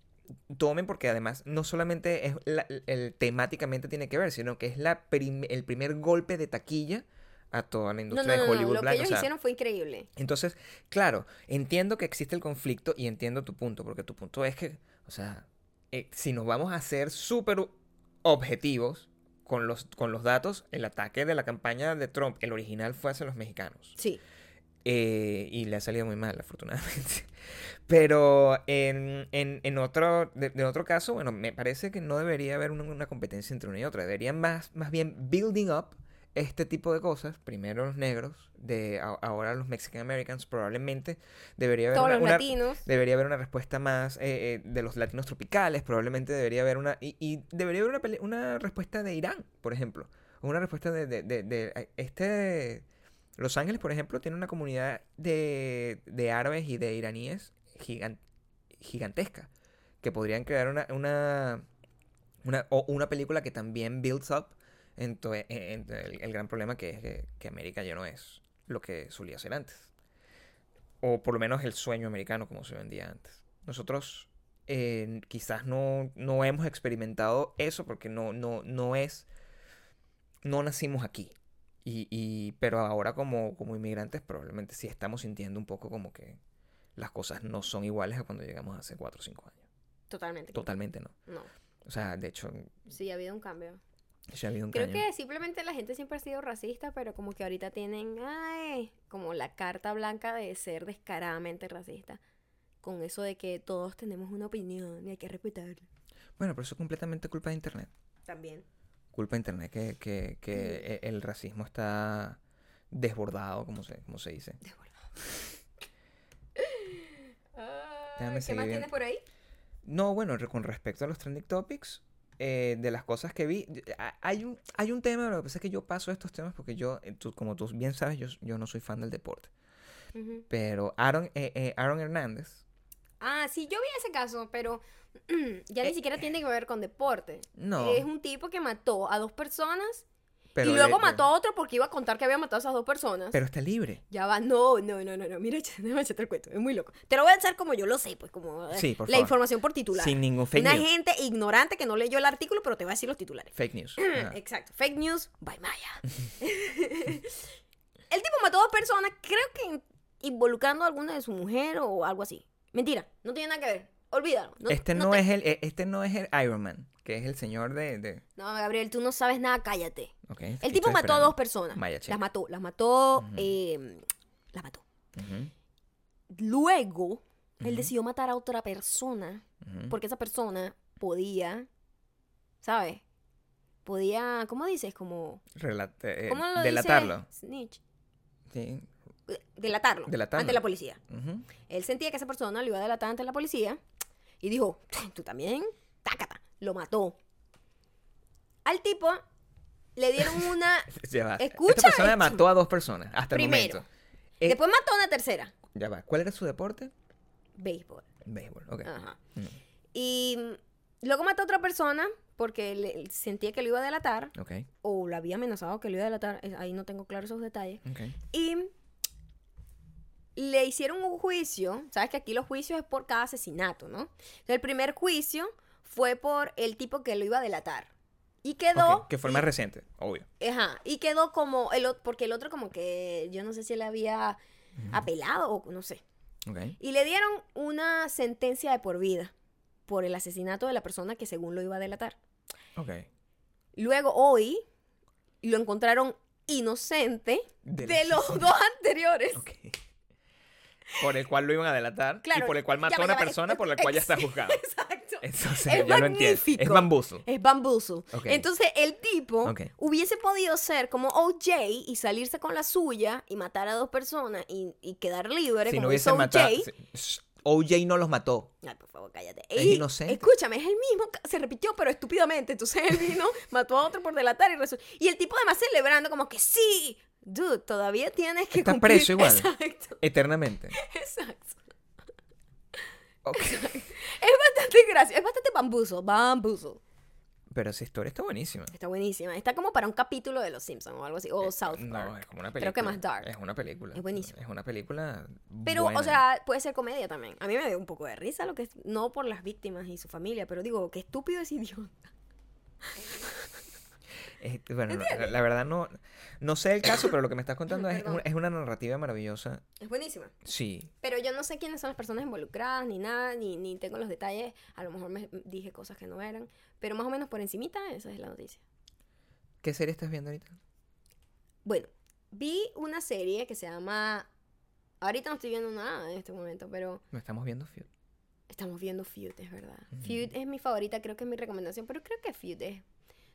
[SPEAKER 2] tomen porque además no solamente es la- el temáticamente tiene que ver sino que es la prim- el primer golpe de taquilla a toda la
[SPEAKER 1] no, no,
[SPEAKER 2] industria
[SPEAKER 1] no,
[SPEAKER 2] de
[SPEAKER 1] no,
[SPEAKER 2] Hollywood
[SPEAKER 1] lo que
[SPEAKER 2] blanca,
[SPEAKER 1] ellos
[SPEAKER 2] o sea,
[SPEAKER 1] hicieron fue increíble.
[SPEAKER 2] entonces, claro, entiendo que existe el conflicto y entiendo tu punto, porque tu punto es que, o sea, eh, si nos vamos a ser súper u- objetivos con los, con los datos, el ataque de la campaña de Trump, el original fue hacia los mexicanos.
[SPEAKER 1] Sí,
[SPEAKER 2] Eh, y le ha salido muy mal, afortunadamente. Pero en, en- en otro, de, de otro caso, bueno, me parece que no debería haber una, una competencia entre una y otra. Deberían más, más bien building up este tipo de cosas. Primero los negros, de a- ahora los Mexican Americans, probablemente debería haber
[SPEAKER 1] todos
[SPEAKER 2] una,
[SPEAKER 1] los
[SPEAKER 2] una-
[SPEAKER 1] latinos.
[SPEAKER 2] debería haber una respuesta más eh, eh, de los latinos tropicales. Probablemente debería haber una. Y, y debería haber una, pele- una respuesta de Irán, por ejemplo. Una respuesta de, de- de- de- este. Los Ángeles, por ejemplo, tiene una comunidad de, de árabes y de iraníes gigan- gigantesca. Que podrían crear una, una, una, o una película que también builds up en, to- en- en el, el gran problema que es que, que América ya no es lo que solía ser antes. O por lo menos el sueño americano como se vendía antes. Nosotros eh, quizás no, no hemos experimentado eso porque no, no, no es... No nacimos aquí. Y, y- pero ahora como, como inmigrantes probablemente sí estamos sintiendo un poco como que las cosas no son iguales a cuando llegamos hace 4 o 5 años.
[SPEAKER 1] Totalmente.
[SPEAKER 2] Totalmente no.
[SPEAKER 1] No,
[SPEAKER 2] O sea, de hecho,
[SPEAKER 1] sí, ha habido un cambio.
[SPEAKER 2] ya ha habido un
[SPEAKER 1] Creo
[SPEAKER 2] caño.
[SPEAKER 1] que simplemente la gente siempre ha sido racista, pero como que ahorita tienen, ay, como la carta blanca de ser descaradamente racista. Con eso de que todos tenemos una opinión y hay que respetarla.
[SPEAKER 2] Bueno, pero eso es completamente culpa de Internet.
[SPEAKER 1] También.
[SPEAKER 2] Culpa de Internet que, que- que e- el racismo está desbordado, como se, como se dice.
[SPEAKER 1] De acuerdo.
[SPEAKER 2] Déjame
[SPEAKER 1] ¿Qué
[SPEAKER 2] seguir
[SPEAKER 1] más
[SPEAKER 2] viendo.
[SPEAKER 1] tienes por ahí?
[SPEAKER 2] No, bueno, re- con respecto a los trending topics, eh, de las cosas que vi, a- hay un, hay un tema, lo que pasa es que yo paso estos temas porque yo, eh, tú- como tú bien sabes, yo, yo no soy fan del deporte.
[SPEAKER 1] Ujú.
[SPEAKER 2] Pero Aaron, eh, eh, Aaron Hernández,
[SPEAKER 1] Ah, sí, yo vi ese caso, pero ya ni siquiera tiene que ver con deporte.
[SPEAKER 2] Eh, no.
[SPEAKER 1] Es un tipo que mató a dos personas
[SPEAKER 2] pero
[SPEAKER 1] y
[SPEAKER 2] le-
[SPEAKER 1] luego
[SPEAKER 2] pero-
[SPEAKER 1] mató a otro porque iba a contar que había matado a esas dos personas.
[SPEAKER 2] Pero está libre.
[SPEAKER 1] Ya va, no, no, no, no, no. Mira, déjame echarte el cuento, es muy loco. Te lo voy a echar como yo lo sé, pues como eh,
[SPEAKER 2] Sí, por
[SPEAKER 1] la
[SPEAKER 2] favor.
[SPEAKER 1] información por titular.
[SPEAKER 2] Sin ningún fake
[SPEAKER 1] Una
[SPEAKER 2] news.
[SPEAKER 1] gente ignorante que no leyó el artículo, pero te va a decir los titulares.
[SPEAKER 2] Fake news. ajá.
[SPEAKER 1] Exacto. Fake news by Maya. el tipo mató a dos personas, creo que in- involucrando a alguna de su mujer o algo así. Mentira, no tiene nada que ver. Olvídalo. No,
[SPEAKER 2] este no,
[SPEAKER 1] te-
[SPEAKER 2] es el, eh, este no es el Iron Man, que es el señor de, de-
[SPEAKER 1] No, Gabriel, tú no sabes nada, cállate.
[SPEAKER 2] ok,
[SPEAKER 1] El
[SPEAKER 2] estoy
[SPEAKER 1] tipo mató a
[SPEAKER 2] esperando.
[SPEAKER 1] dos personas.
[SPEAKER 2] Maya, chica.
[SPEAKER 1] las mató, las mató,
[SPEAKER 2] Ujú.
[SPEAKER 1] eh, las mató.
[SPEAKER 2] Ujú,
[SPEAKER 1] Luego, él
[SPEAKER 2] Ujú.
[SPEAKER 1] decidió matar a otra persona
[SPEAKER 2] ujú.
[SPEAKER 1] porque esa persona podía, ¿sabes? Podía, ¿cómo dices? Como,
[SPEAKER 2] Relata- eh,
[SPEAKER 1] ¿cómo lo
[SPEAKER 2] delatarlo.
[SPEAKER 1] dice? Snitch.
[SPEAKER 2] Sí.
[SPEAKER 1] delatarlo,
[SPEAKER 2] Delatarlo.
[SPEAKER 1] ante la policía.
[SPEAKER 2] ujú.
[SPEAKER 1] Él sentía que esa persona lo iba a delatar ante la policía y dijo, tú también, tácata, lo mató. Al tipo le dieron una...
[SPEAKER 2] Ya va.
[SPEAKER 1] Escucha
[SPEAKER 2] Esta persona
[SPEAKER 1] esto.
[SPEAKER 2] mató a dos personas hasta el
[SPEAKER 1] Primero.
[SPEAKER 2] momento. Eh,
[SPEAKER 1] Después mató a una tercera.
[SPEAKER 2] Ya va. ¿Cuál era su deporte?
[SPEAKER 1] Béisbol.
[SPEAKER 2] Béisbol. Ok.
[SPEAKER 1] Ajá.
[SPEAKER 2] Mm,
[SPEAKER 1] Y mm, luego mató a otra persona porque le- sentía que lo iba a delatar
[SPEAKER 2] Ok.
[SPEAKER 1] o lo había amenazado que lo iba a delatar. eh, Ahí no tengo claros esos detalles.
[SPEAKER 2] Ok.
[SPEAKER 1] Y le hicieron un juicio. Sabes que aquí los juicios es por cada asesinato, ¿no? Entonces, el primer juicio fue por el tipo que lo iba a delatar. Y quedó.
[SPEAKER 2] Ok, Que fue el más reciente, obvio.
[SPEAKER 1] Ajá. Y quedó como. El, ot- porque el otro, como que. Yo no sé si él había apelado o no sé.
[SPEAKER 2] Mm, Ok.
[SPEAKER 1] Y le dieron una sentencia de por vida por el asesinato de la persona que según lo iba a delatar.
[SPEAKER 2] Ok.
[SPEAKER 1] Luego, hoy, lo encontraron inocente
[SPEAKER 2] Del
[SPEAKER 1] de los dos anteriores.
[SPEAKER 2] Ok. Por el cual lo iban a delatar
[SPEAKER 1] Claro,
[SPEAKER 2] y por el cual mató
[SPEAKER 1] ya va,
[SPEAKER 2] a una
[SPEAKER 1] ya va,
[SPEAKER 2] persona
[SPEAKER 1] es-
[SPEAKER 2] por la cual ya
[SPEAKER 1] ex-
[SPEAKER 2] está juzgado.
[SPEAKER 1] Exacto.
[SPEAKER 2] Entonces,
[SPEAKER 1] Es
[SPEAKER 2] ya lo entiendo. Es
[SPEAKER 1] magnífico.
[SPEAKER 2] bambuzo.
[SPEAKER 1] Es bambuzo.
[SPEAKER 2] Ok.
[SPEAKER 1] Entonces el tipo
[SPEAKER 2] Ok.
[SPEAKER 1] hubiese podido ser como OJ y salirse con la suya y matar a dos personas y, y quedar libre
[SPEAKER 2] Si
[SPEAKER 1] como
[SPEAKER 2] no
[SPEAKER 1] hizo
[SPEAKER 2] hubiesen
[SPEAKER 1] OJ.
[SPEAKER 2] matado. si- OJ no los mató.
[SPEAKER 1] Ay, por favor, cállate.
[SPEAKER 2] Es
[SPEAKER 1] Y,
[SPEAKER 2] inocente.
[SPEAKER 1] Escúchame, es el mismo, ca- se repitió, pero estúpidamente. Entonces él vino, mató a otro por delatar y resultó. Y el tipo además celebrando como que sí, dude, todavía tienes que
[SPEAKER 2] Está
[SPEAKER 1] cumplir".
[SPEAKER 2] preso igual.
[SPEAKER 1] Exacto,
[SPEAKER 2] Eternamente.
[SPEAKER 1] exacto.
[SPEAKER 2] Ok.
[SPEAKER 1] Es bastante gracioso, es bastante bambuzo, bambuzo.
[SPEAKER 2] Pero esa historia está buenísima.
[SPEAKER 1] Está buenísima. Está como para un capítulo de Los Simpsons o algo así, o South Park.
[SPEAKER 2] Eh, No, es como una película.
[SPEAKER 1] Creo que más dark.
[SPEAKER 2] Es una película.
[SPEAKER 1] Es buenísimo.
[SPEAKER 2] Es una película.
[SPEAKER 1] Pero,
[SPEAKER 2] buena.
[SPEAKER 1] o sea, puede ser comedia también. A mí me dio un poco de risa, lo que es, no por las víctimas y su familia, pero digo, qué estúpido es idiota.
[SPEAKER 2] Es- Este, bueno, no, la, la verdad no. No sé el caso, pero lo que me estás contando es,
[SPEAKER 1] Perdón.
[SPEAKER 2] una- es una narrativa maravillosa.
[SPEAKER 1] Es buenísima.
[SPEAKER 2] Sí.
[SPEAKER 1] Pero yo no sé quiénes son las personas involucradas, ni nada, ni, ni tengo los detalles. A lo mejor me dije cosas que no eran. Pero más o menos por encimita, esa es la noticia.
[SPEAKER 2] ¿Qué serie estás viendo ahorita?
[SPEAKER 1] Bueno, vi una serie que se llama... Ahorita no estoy viendo nada en este momento, pero
[SPEAKER 2] No estamos viendo Feud.
[SPEAKER 1] estamos viendo Feud, es verdad.
[SPEAKER 2] Ujú.
[SPEAKER 1] Feud es mi favorita, creo que es mi recomendación, pero creo que Feud es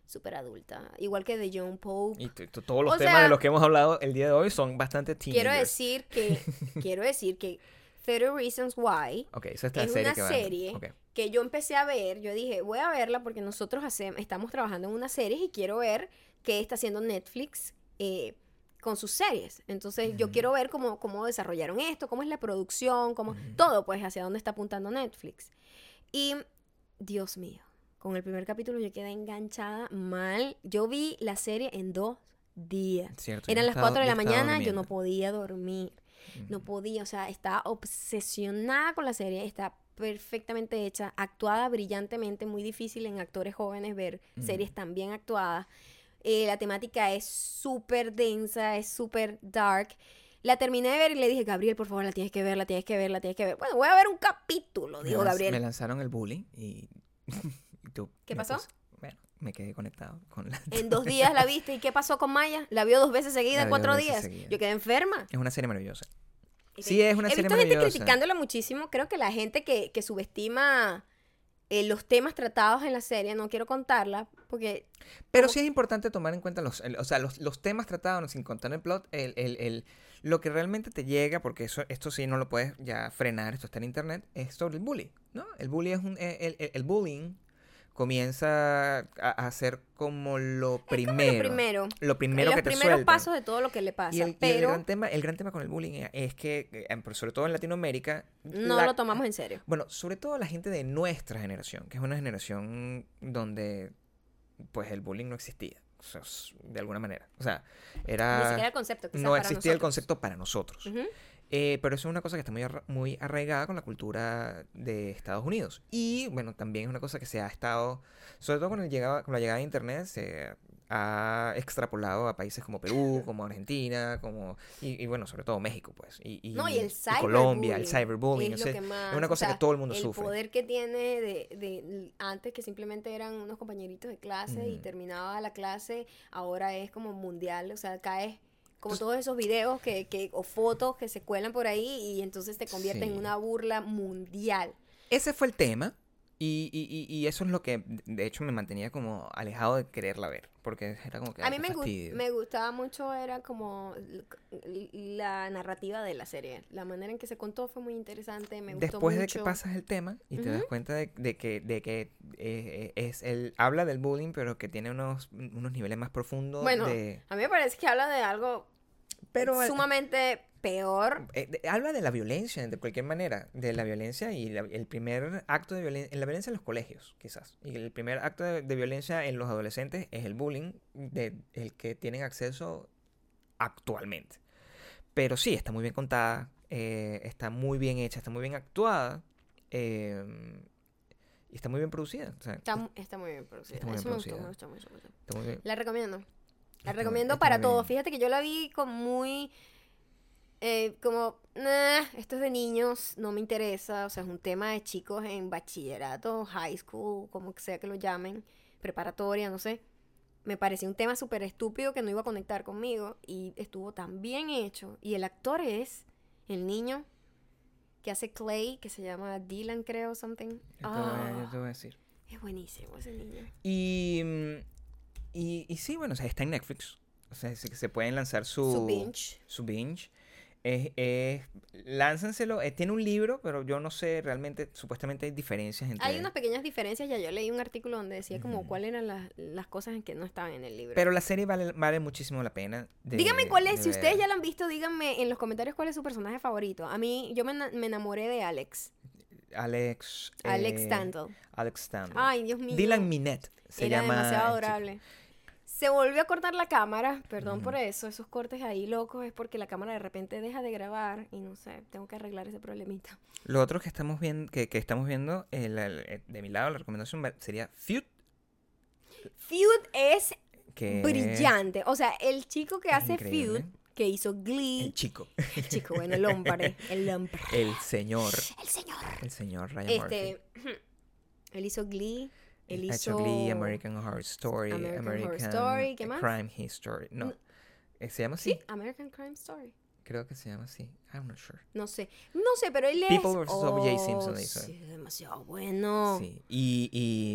[SPEAKER 1] súper adulta. Igual que de John Pope.
[SPEAKER 2] Y t- t- todos los
[SPEAKER 1] O
[SPEAKER 2] temas
[SPEAKER 1] sea-
[SPEAKER 2] de los que hemos hablado el día de hoy son bastante teenagers.
[SPEAKER 1] Quiero decir que, quiero decir que 30 Reasons Why,
[SPEAKER 2] Ok, esa es la
[SPEAKER 1] es
[SPEAKER 2] serie
[SPEAKER 1] una
[SPEAKER 2] que va.
[SPEAKER 1] serie
[SPEAKER 2] Ok.
[SPEAKER 1] que yo empecé a ver, yo dije, voy a verla porque nosotros hacemos, estamos trabajando en una serie y quiero ver qué está haciendo Netflix eh, con sus series. Entonces yo
[SPEAKER 2] Ujú.
[SPEAKER 1] quiero ver cómo, cómo desarrollaron esto, cómo es la producción, cómo
[SPEAKER 2] Ujú.
[SPEAKER 1] todo, pues hacia dónde está apuntando Netflix. Y, Dios mío, con el primer capítulo yo quedé enganchada mal. Yo vi la serie en dos días.
[SPEAKER 2] Cierto, yo
[SPEAKER 1] Eran
[SPEAKER 2] he
[SPEAKER 1] las
[SPEAKER 2] estado-
[SPEAKER 1] 4 de
[SPEAKER 2] yo
[SPEAKER 1] la
[SPEAKER 2] he estado
[SPEAKER 1] mañana, yo no
[SPEAKER 2] durmiendo. Mm.
[SPEAKER 1] podía dormir. No
[SPEAKER 2] Ujú.
[SPEAKER 1] podía, o sea, estaba obsesionada con la serie, está perfectamente hecha, actuada brillantemente, muy difícil en actores jóvenes ver
[SPEAKER 2] Ujú.
[SPEAKER 1] series tan bien actuadas. Eh, la temática es súper densa, es súper dark. La terminé de ver y le dije, Gabriel, por favor, la tienes que ver, la tienes que ver, la tienes que ver. Bueno, voy a ver un capítulo,
[SPEAKER 2] Me
[SPEAKER 1] dijo
[SPEAKER 2] lanz-
[SPEAKER 1] Gabriel.
[SPEAKER 2] Me lanzaron el bullying y. y tú-
[SPEAKER 1] ¿Qué
[SPEAKER 2] me
[SPEAKER 1] pasó? Eh,
[SPEAKER 2] puse- bueno, me quedé conectado con la.
[SPEAKER 1] En dos días la viste. ¿Y qué pasó con Maya? La vio dos veces seguidas
[SPEAKER 2] La
[SPEAKER 1] en
[SPEAKER 2] vi
[SPEAKER 1] cuatro
[SPEAKER 2] dos veces
[SPEAKER 1] días.
[SPEAKER 2] seguidas.
[SPEAKER 1] Yo quedé enferma.
[SPEAKER 2] Es una serie maravillosa.
[SPEAKER 1] Y
[SPEAKER 2] Sí,
[SPEAKER 1] te-
[SPEAKER 2] es una
[SPEAKER 1] He
[SPEAKER 2] serie
[SPEAKER 1] visto gente
[SPEAKER 2] maravillosa.
[SPEAKER 1] criticándola muchísimo. Creo que la gente que, que subestima eh, los temas tratados en la serie, no quiero contarla, porque
[SPEAKER 2] Pero
[SPEAKER 1] Como-
[SPEAKER 2] sí es importante tomar en cuenta los, el- o sea, los, los temas tratados, sin contar el plot, el, el- el- lo que realmente te llega, porque eso, esto sí no lo puedes e, ya frenar, esto está en internet, es sobre el bullying, ¿no? El bullying es un, el, el- el bullying comienza a, a hacer como lo primero.
[SPEAKER 1] lo primero.
[SPEAKER 2] Lo primero
[SPEAKER 1] los
[SPEAKER 2] que te
[SPEAKER 1] primeros
[SPEAKER 2] sueltan.
[SPEAKER 1] pasos de todo lo que le pasa.
[SPEAKER 2] Y el, y el
[SPEAKER 1] pero
[SPEAKER 2] gran tema, el gran tema con el bullying es que, eh, sobre todo en Latinoamérica,
[SPEAKER 1] no
[SPEAKER 2] la-
[SPEAKER 1] lo tomamos en serio.
[SPEAKER 2] bueno, sobre todo la gente de nuestra generación, que es una generación donde pues el bullying no existía, o sea, s- de alguna manera. O sea,
[SPEAKER 1] Ni siquiera
[SPEAKER 2] era
[SPEAKER 1] el concepto. quizás
[SPEAKER 2] Ah, no
[SPEAKER 1] para
[SPEAKER 2] existía el
[SPEAKER 1] nosotros.
[SPEAKER 2] concepto para nosotros.
[SPEAKER 1] Ujú.
[SPEAKER 2] Eh, pero eso es una cosa que está muy, arra- muy arraigada con la cultura de Estados Unidos. Y bueno, también es una cosa que se ha estado, sobre todo con, el llegado, con la llegada de Internet, se ha extrapolado a países como Perú, como Argentina, como y, y, bueno, sobre todo México, pues. Y, y-
[SPEAKER 1] No, y el
[SPEAKER 2] y
[SPEAKER 1] cyberbullying.
[SPEAKER 2] Colombia, el cyberbullying.
[SPEAKER 1] es
[SPEAKER 2] o
[SPEAKER 1] lo
[SPEAKER 2] sea,
[SPEAKER 1] que más-
[SPEAKER 2] es una
[SPEAKER 1] o
[SPEAKER 2] cosa
[SPEAKER 1] sea,
[SPEAKER 2] que todo el mundo
[SPEAKER 1] el
[SPEAKER 2] sufre.
[SPEAKER 1] poder que tiene de, de- antes que simplemente eran unos compañeritos de clase y
[SPEAKER 2] Ujú.
[SPEAKER 1] terminaba la clase, ahora es como mundial, o sea, caes como
[SPEAKER 2] Entonces-
[SPEAKER 1] todos esos videos que, que, o fotos que se cuelan por ahí y entonces te convierte en
[SPEAKER 2] Sí.
[SPEAKER 1] una burla mundial.
[SPEAKER 2] Ese fue el tema. Y, y- y- y eso es lo que, de hecho, me mantenía como alejado de quererla ver. Porque era como que.
[SPEAKER 1] A
[SPEAKER 2] "Ay,
[SPEAKER 1] mí
[SPEAKER 2] qué
[SPEAKER 1] me, gu-
[SPEAKER 2] fastidio".
[SPEAKER 1] me gustaba mucho, era como l- l- la narrativa de la serie, la manera en que se contó fue muy interesante, me gustó
[SPEAKER 2] Después de que
[SPEAKER 1] mucho.
[SPEAKER 2] pasas el tema y te das cuenta de, de que, de que eh, es el habla del bullying, pero que tiene unos, unos niveles más profundos
[SPEAKER 1] Bueno,
[SPEAKER 2] de.
[SPEAKER 1] a mí me parece que habla de algo
[SPEAKER 2] Pero eh,
[SPEAKER 1] sumamente peor.
[SPEAKER 2] eh, de- habla de la violencia, de cualquier manera, de la violencia y la- el primer acto de violencia, la violencia en los colegios, quizás. Y el primer acto de, de violencia en los adolescentes es el bullying, de, el que tienen acceso actualmente. Pero sí, está muy bien contada, eh, está muy bien hecha, está muy bien actuada eh, y está muy bien producida. o sea,
[SPEAKER 1] Está, mu- está muy bien producida.
[SPEAKER 2] Está muy bien
[SPEAKER 1] Eso me gustó,
[SPEAKER 2] producida.
[SPEAKER 1] me gustó mucho, me gustó.
[SPEAKER 2] está muy bien.
[SPEAKER 1] La recomiendo. La
[SPEAKER 2] Está-
[SPEAKER 1] recomiendo
[SPEAKER 2] está
[SPEAKER 1] para
[SPEAKER 2] muy
[SPEAKER 1] todos.
[SPEAKER 2] bien.
[SPEAKER 1] Fíjate que yo la vi con muy. eh, como, nah, esto es de niños, no me interesa. O sea, es un tema de chicos en bachillerato, high school, como que sea que lo llamen, preparatoria, no sé. Me pareció un tema súper estúpido que no iba a conectar conmigo y estuvo tan bien hecho. Y el actor es el niño que hace Clay, que se llama Dylan, creo, something.
[SPEAKER 2] Yo te voy a-
[SPEAKER 1] Ah.
[SPEAKER 2] yo te voy a decir.
[SPEAKER 1] Es buenísimo ese niño.
[SPEAKER 2] Y, mm, y, y sí, bueno, o sea, está en Netflix. O sea, se, se pueden lanzar su,
[SPEAKER 1] Su binge.
[SPEAKER 2] Su binge. Es, es- lánzanselo. Eh, tiene un libro, pero yo no sé realmente. Supuestamente hay diferencias entre.
[SPEAKER 1] Hay unas pequeñas diferencias. Ya yo leí un artículo donde decía como
[SPEAKER 2] Ujú.
[SPEAKER 1] cuáles eran las, las cosas en que no estaban en el libro.
[SPEAKER 2] Pero la serie vale, vale muchísimo la pena. de-
[SPEAKER 1] díganme cuál es,
[SPEAKER 2] de
[SPEAKER 1] si ustedes ya
[SPEAKER 2] ver.
[SPEAKER 1] la han visto, díganme en los comentarios cuál es su personaje favorito. A mí, yo me, ena- me enamoré de Alex.
[SPEAKER 2] Alex.
[SPEAKER 1] Alex
[SPEAKER 2] eh,
[SPEAKER 1] Tantle.
[SPEAKER 2] Alex Stanton.
[SPEAKER 1] Ay, Dios mío.
[SPEAKER 2] Dylan Minette. Se
[SPEAKER 1] Era
[SPEAKER 2] llama eh,
[SPEAKER 1] demasiado
[SPEAKER 2] el chico.
[SPEAKER 1] adorable. Se volvió a cortar la cámara, perdón por
[SPEAKER 2] Ujú.
[SPEAKER 1] eso, esos cortes ahí locos es porque la cámara de repente deja de grabar y no sé, tengo que arreglar ese problemita.
[SPEAKER 2] Lo otro que estamos viendo, que, que estamos viendo eh, la- la- de mi lado, la recomendación va- sería Feud.
[SPEAKER 1] Feud es
[SPEAKER 2] Que es
[SPEAKER 1] brillante, o sea, el chico que
[SPEAKER 2] Eh, es
[SPEAKER 1] hace
[SPEAKER 2] increíble.
[SPEAKER 1] Feud, que hizo Glee,
[SPEAKER 2] El chico.
[SPEAKER 1] El chico, bueno, el hombre, el hombre,
[SPEAKER 2] El señor.
[SPEAKER 1] el señor.
[SPEAKER 2] El señor Ryan Murphy.
[SPEAKER 1] Este, él hizo Glee, él
[SPEAKER 2] Ha
[SPEAKER 1] hizo...
[SPEAKER 2] hecho Glee, American Horror Story, American,
[SPEAKER 1] American Horror Story, ¿qué más?
[SPEAKER 2] Crime History. No.
[SPEAKER 1] No.
[SPEAKER 2] Eh, ¿Se llama así?
[SPEAKER 1] Sí, American Crime Story.
[SPEAKER 2] Creo que se llama así. I'm not sure.
[SPEAKER 1] No sé, no sé, pero él es...
[SPEAKER 2] People vs. O.J. Simpson
[SPEAKER 1] Oh,
[SPEAKER 2] hizo él.
[SPEAKER 1] sí, demasiado bueno.
[SPEAKER 2] Sí. Y,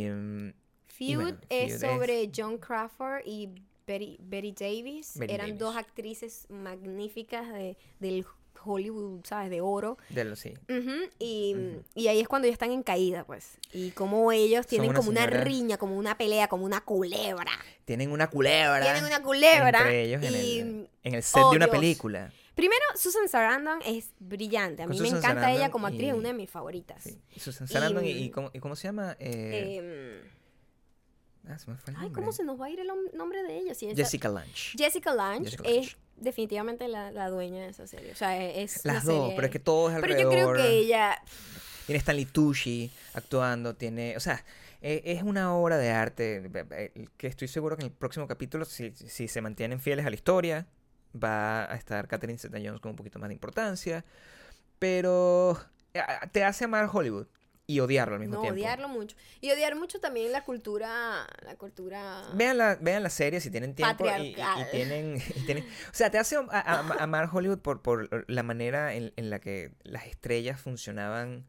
[SPEAKER 2] y, mm,
[SPEAKER 1] Feud
[SPEAKER 2] bueno,
[SPEAKER 1] es
[SPEAKER 2] Feud es-
[SPEAKER 1] sobre John Crawford y Betty, Betty Davis.
[SPEAKER 2] Betty
[SPEAKER 1] Eran
[SPEAKER 2] Davis.
[SPEAKER 1] dos actrices magníficas de, del Hollywood, ¿sabes? De oro.
[SPEAKER 2] de los sí.
[SPEAKER 1] Ujú, y,
[SPEAKER 2] Ujú.
[SPEAKER 1] y ahí es cuando ya están en caída, pues. Y como ellos tienen
[SPEAKER 2] unas
[SPEAKER 1] como una
[SPEAKER 2] señoras-
[SPEAKER 1] riña, como una pelea, como una culebra.
[SPEAKER 2] Tienen una culebra.
[SPEAKER 1] Tienen una culebra.
[SPEAKER 2] Entre ellos en,
[SPEAKER 1] y
[SPEAKER 2] el, en el set
[SPEAKER 1] oh,
[SPEAKER 2] de una
[SPEAKER 1] Dios.
[SPEAKER 2] película.
[SPEAKER 1] primero, Susan Sarandon es brillante. A
[SPEAKER 2] Con
[SPEAKER 1] mí me
[SPEAKER 2] Susan
[SPEAKER 1] encanta ella
[SPEAKER 2] Sarandon
[SPEAKER 1] como actriz,
[SPEAKER 2] y-
[SPEAKER 1] es una de mis favoritas.
[SPEAKER 2] Sí. Y Susan Sarandon y, y
[SPEAKER 1] mm,
[SPEAKER 2] cómo, y cómo se llama. Eh,
[SPEAKER 1] Em,
[SPEAKER 2] ah, se me fue el
[SPEAKER 1] ay,
[SPEAKER 2] nombre.
[SPEAKER 1] ¿cómo se nos va a ir el hom- nombre de ella? Si esa-
[SPEAKER 2] Jessica Lange.
[SPEAKER 1] Jessica Lange
[SPEAKER 2] Jessica
[SPEAKER 1] es
[SPEAKER 2] Lange.
[SPEAKER 1] definitivamente la, la dueña de esa serie. O sea, e-, es. una
[SPEAKER 2] Las dos,
[SPEAKER 1] serie-
[SPEAKER 2] pero es que todo es
[SPEAKER 1] Pero
[SPEAKER 2] alrededor.
[SPEAKER 1] yo creo que ella.
[SPEAKER 2] Tiene Stanley Tucci actuando, tiene... O sea, e- es una obra de arte be- be- que estoy seguro que en el próximo capítulo, si, si se mantienen fieles a la historia, va a estar Catherine Zeta-Jones con un poquito más de importancia. Pero eh, ah, te hace amar Hollywood y odiarlo al mismo
[SPEAKER 1] No,
[SPEAKER 2] tiempo.
[SPEAKER 1] odiarlo mucho. Y odiar mucho también la cultura. La cultura.
[SPEAKER 2] Vean la, vean la serie si tienen tiempo y- y- y,
[SPEAKER 1] Patriarcal.
[SPEAKER 2] tienen, y tienen- O sea, te hace am- a- a- amar Hollywood por, por la manera en, en la que las estrellas funcionaban,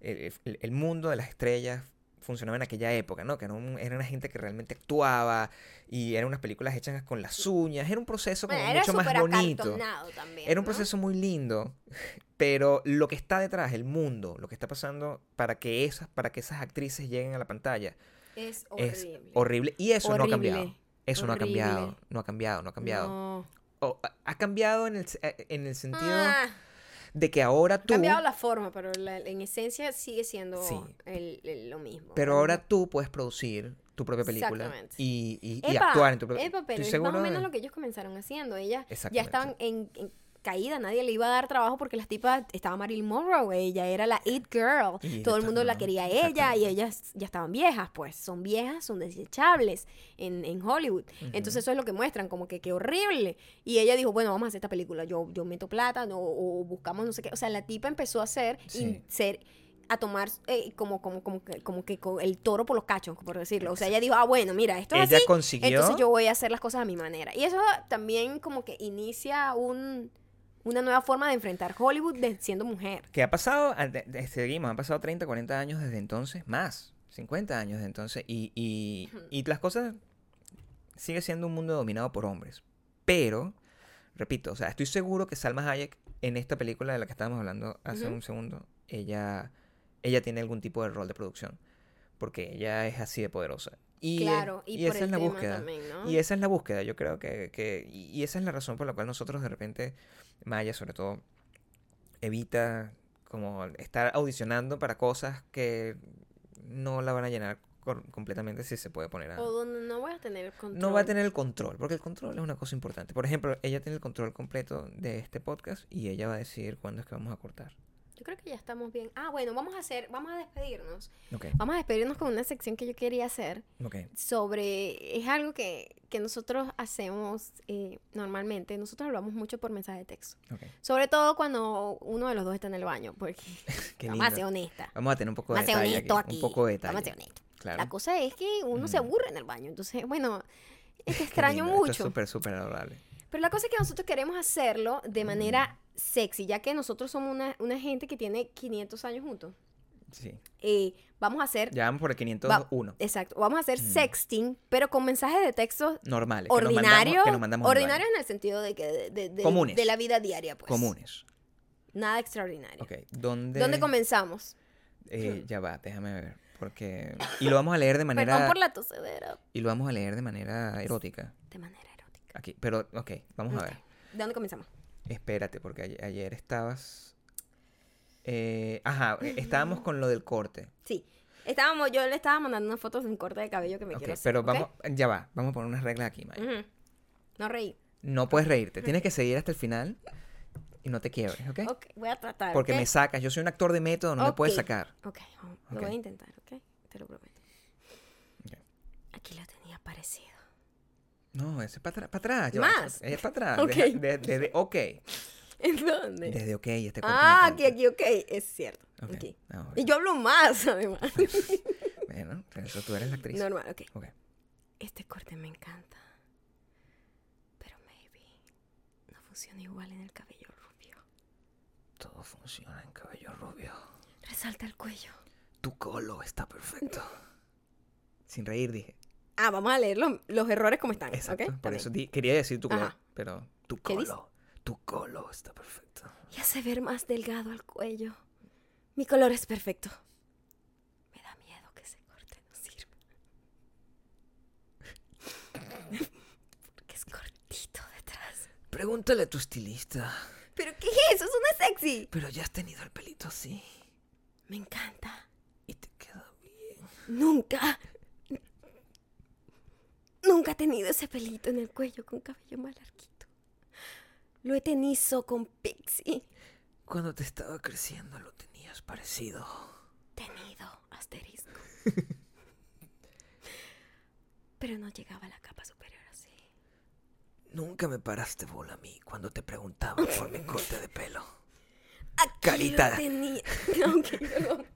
[SPEAKER 2] el, el- el mundo de las estrellas funcionaba en aquella época, ¿no? Que era, un- era una gente que realmente actuaba y eran unas películas hechas con las uñas, era un proceso como
[SPEAKER 1] Bueno,
[SPEAKER 2] mucho más
[SPEAKER 1] súper
[SPEAKER 2] bonito.
[SPEAKER 1] acartonado también.
[SPEAKER 2] Era un
[SPEAKER 1] ¿no?
[SPEAKER 2] proceso muy lindo, pero lo que está detrás, el mundo, lo que está pasando para que esas, para que esas actrices lleguen a la pantalla,
[SPEAKER 1] Es
[SPEAKER 2] Es
[SPEAKER 1] horrible.
[SPEAKER 2] horrible. Y eso no ha cambiado.
[SPEAKER 1] Horrible.
[SPEAKER 2] Eso no ha
[SPEAKER 1] Horrible.
[SPEAKER 2] cambiado. No ha cambiado, no ha cambiado.
[SPEAKER 1] No.
[SPEAKER 2] O- ha- ha cambiado en el, s- eh, en el sentido
[SPEAKER 1] Ah,
[SPEAKER 2] de que ahora
[SPEAKER 1] ha
[SPEAKER 2] tú,
[SPEAKER 1] cambiado la forma, pero la- en esencia sigue siendo
[SPEAKER 2] Sí.
[SPEAKER 1] el- el- lo mismo.
[SPEAKER 2] pero ahora tú puedes producir tu propia película
[SPEAKER 1] Exactamente.
[SPEAKER 2] y, y- y
[SPEAKER 1] Epa,
[SPEAKER 2] actuar en tu propia
[SPEAKER 1] epa,
[SPEAKER 2] Estoy
[SPEAKER 1] pero es más
[SPEAKER 2] seguro
[SPEAKER 1] o menos
[SPEAKER 2] de-
[SPEAKER 1] lo que ellos comenzaron haciendo. Ellas ya
[SPEAKER 2] Exactamente.
[SPEAKER 1] estaban en, en caída, nadie le iba a dar trabajo porque las tipas estaba Marilyn Monroe, ella era la it girl,
[SPEAKER 2] Y ella
[SPEAKER 1] todo el
[SPEAKER 2] está-
[SPEAKER 1] mundo la
[SPEAKER 2] no,
[SPEAKER 1] quería a ella y
[SPEAKER 2] exactamente.
[SPEAKER 1] ellas ya estaban viejas, pues son viejas, son desechables en, en Hollywood. Entonces eso es lo que muestran, como que qué horrible. Y ella dijo, bueno, vamos a hacer esta película, yo, yo meto plata no, o buscamos no sé qué. O sea, la tipa empezó a hacer
[SPEAKER 2] Sí.
[SPEAKER 1] y ser a tomar eh, como, como, como, que- como que co- el toro por los cachos, por decirlo. O sea, ella dijo, ah, bueno, mira, esto es
[SPEAKER 2] Ella
[SPEAKER 1] así,
[SPEAKER 2] consiguió-
[SPEAKER 1] entonces yo voy a hacer las cosas a mi manera. Y eso también como que inicia un, una nueva forma de enfrentar Hollywood de- siendo mujer.
[SPEAKER 2] ¿Qué ha pasado? Ah, de- de- Seguimos, han pasado 30, 40 años desde entonces, más, 50 años desde entonces, y, y- y las cosas sigue siendo un mundo dominado por hombres. Pero, repito, o sea, estoy seguro que Salma Hayek, en esta película de la que estábamos hablando hace
[SPEAKER 1] Ujú.
[SPEAKER 2] un segundo, ella, ella tiene algún tipo de rol de producción, porque ella es así de poderosa. Y, eh,
[SPEAKER 1] claro, y,
[SPEAKER 2] y
[SPEAKER 1] por el
[SPEAKER 2] esa es la
[SPEAKER 1] tema
[SPEAKER 2] búsqueda.
[SPEAKER 1] también, ¿no?
[SPEAKER 2] Y esa es la búsqueda, yo creo que, que- Y y esa es la razón por la cual nosotros de repente, Maya sobre todo, evita como estar audicionando para cosas que no la van a llenar cor- completamente si se puede poner a...
[SPEAKER 1] O donde no voy a tener control.
[SPEAKER 2] No va a tener el control, porque el control es una cosa importante. Por ejemplo, ella tiene el control completo de este podcast y ella va a decidir cuándo es que vamos a cortar.
[SPEAKER 1] Yo creo que ya estamos bien. Ah, bueno, vamos a hacer, vamos a despedirnos.
[SPEAKER 2] Ok,
[SPEAKER 1] Vamos a despedirnos con una sección que yo quería hacer
[SPEAKER 2] ok.
[SPEAKER 1] sobre, es algo que, que nosotros hacemos eh, normalmente. Nosotros hablamos mucho por mensaje de texto.
[SPEAKER 2] ok.
[SPEAKER 1] Sobre todo cuando uno de los dos está en el baño, porque
[SPEAKER 2] Qué
[SPEAKER 1] vamos a
[SPEAKER 2] lindo.
[SPEAKER 1] ser honesta.
[SPEAKER 2] Vamos a tener un poco de
[SPEAKER 1] Vamos a ser
[SPEAKER 2] detalle aquí,
[SPEAKER 1] honestos aquí.
[SPEAKER 2] Un poco de detalle.
[SPEAKER 1] Vamos a ser honestos.
[SPEAKER 2] Claro.
[SPEAKER 1] La cosa es que uno se
[SPEAKER 2] Ujú.
[SPEAKER 1] aburre en el baño. Entonces, bueno, es que
[SPEAKER 2] Qué
[SPEAKER 1] extraño
[SPEAKER 2] lindo, esto es
[SPEAKER 1] mucho.
[SPEAKER 2] súper, súper adorable.
[SPEAKER 1] Pero la cosa es que nosotros queremos hacerlo de
[SPEAKER 2] Mm.
[SPEAKER 1] manera sexy, ya que nosotros somos una, una gente que tiene 500 años juntos.
[SPEAKER 2] Sí.
[SPEAKER 1] Eh, vamos a hacer...
[SPEAKER 2] Ya vamos por el
[SPEAKER 1] va-
[SPEAKER 2] 501.
[SPEAKER 1] exacto. Vamos a hacer
[SPEAKER 2] Mm.
[SPEAKER 1] sexting, pero con mensajes de texto
[SPEAKER 2] normales. que nos mandamos-
[SPEAKER 1] ordinarios.
[SPEAKER 2] que nos mandamos al baño.
[SPEAKER 1] ordinarios en el sentido de que... De, de- de-
[SPEAKER 2] Comunes.
[SPEAKER 1] de la vida diaria, pues.
[SPEAKER 2] Comunes.
[SPEAKER 1] Nada extraordinario.
[SPEAKER 2] Ok. ¿Dónde,
[SPEAKER 1] ¿Dónde comenzamos?
[SPEAKER 2] eh, ya va, déjame ver. Porque. Y lo vamos a leer de
[SPEAKER 1] Perdón
[SPEAKER 2] manera.
[SPEAKER 1] por la tosedera.
[SPEAKER 2] Y lo vamos a leer de manera erótica.
[SPEAKER 1] De manera erótica.
[SPEAKER 2] Aquí. Pero, ok, vamos a ver.
[SPEAKER 1] ¿De dónde comenzamos?
[SPEAKER 2] Espérate, porque aye- ayer, estabas. eh, ajá, eh, estábamos con lo del corte.
[SPEAKER 1] Sí. Estábamos, yo le estaba mandando unas fotos de un corte de cabello que me
[SPEAKER 2] Ok,
[SPEAKER 1] quiero hacer.
[SPEAKER 2] pero
[SPEAKER 1] ¿ok? Mm.
[SPEAKER 2] vamos, ya va, vamos a poner unas reglas aquí, Maya.
[SPEAKER 1] Ujú. No reí.
[SPEAKER 2] No puedes reírte, tienes que seguir hasta el final y no te quiebres, ¿ok?
[SPEAKER 1] Ok, voy a tratar.
[SPEAKER 2] Porque
[SPEAKER 1] ¿ok?
[SPEAKER 2] me sacas, yo soy un actor de método, no me puedes
[SPEAKER 1] Ok.
[SPEAKER 2] sacar.
[SPEAKER 1] Ok, vamos, lo
[SPEAKER 2] Ok.
[SPEAKER 1] voy a intentar, ¿ok? Te lo prometo.
[SPEAKER 2] Ok.
[SPEAKER 1] Aquí lo tenía parecido.
[SPEAKER 2] No, ese es para atrás. ya va,
[SPEAKER 1] Más.
[SPEAKER 2] Es para atrás.
[SPEAKER 1] Ok.
[SPEAKER 2] deja- de- desde ok.
[SPEAKER 1] ¿En dónde?
[SPEAKER 2] Desde ok, este corte
[SPEAKER 1] ah,
[SPEAKER 2] me
[SPEAKER 1] aquí,
[SPEAKER 2] encanta.
[SPEAKER 1] aquí, ok. Es cierto.
[SPEAKER 2] Ok,
[SPEAKER 1] Aquí.
[SPEAKER 2] ah, bueno.
[SPEAKER 1] Y yo hablo más, además.
[SPEAKER 2] Bueno, pero eso tú eres la actriz.
[SPEAKER 1] Normal, ok.
[SPEAKER 2] Ok.
[SPEAKER 1] Este corte me encanta. Pero maybe no funciona igual en el cabello rubio.
[SPEAKER 2] Todo funciona en cabello rubio.
[SPEAKER 1] Resalta el cuello.
[SPEAKER 2] Tu colo está perfecto. Sin reír dije.
[SPEAKER 1] Ah, vamos a leer los, los errores como están.
[SPEAKER 2] Exacto.
[SPEAKER 1] ¿ok?
[SPEAKER 2] Por
[SPEAKER 1] También.
[SPEAKER 2] eso di- quería decir tu color,
[SPEAKER 1] Ajá.
[SPEAKER 2] pero tu
[SPEAKER 1] ¿Qué dice?
[SPEAKER 2] colo, tu colo está perfecto.
[SPEAKER 1] y hace ver más delgado al cuello. Mi color es perfecto. Me da miedo que ese corte no sirva. Porque es cortito detrás.
[SPEAKER 2] Pregúntale a tu estilista,
[SPEAKER 1] ¿Pero qué es? Eso no es sexy.
[SPEAKER 2] pero ya has tenido el pelito así
[SPEAKER 1] Me encanta.
[SPEAKER 2] y te queda bien.
[SPEAKER 1] Nunca. Nunca he tenido ese pelito en el cuello con cabello más larguito. Lo he tenido con pixie.
[SPEAKER 2] Cuando te estaba creciendo lo tenías parecido.
[SPEAKER 1] Tenido, asterisco. Pero no llegaba a la capa superior así.
[SPEAKER 2] Nunca me paraste bola a mí cuando te preguntaba por mi corte de pelo.
[SPEAKER 1] Aquí
[SPEAKER 2] Carita.
[SPEAKER 1] lo tenía. Ok, perdón.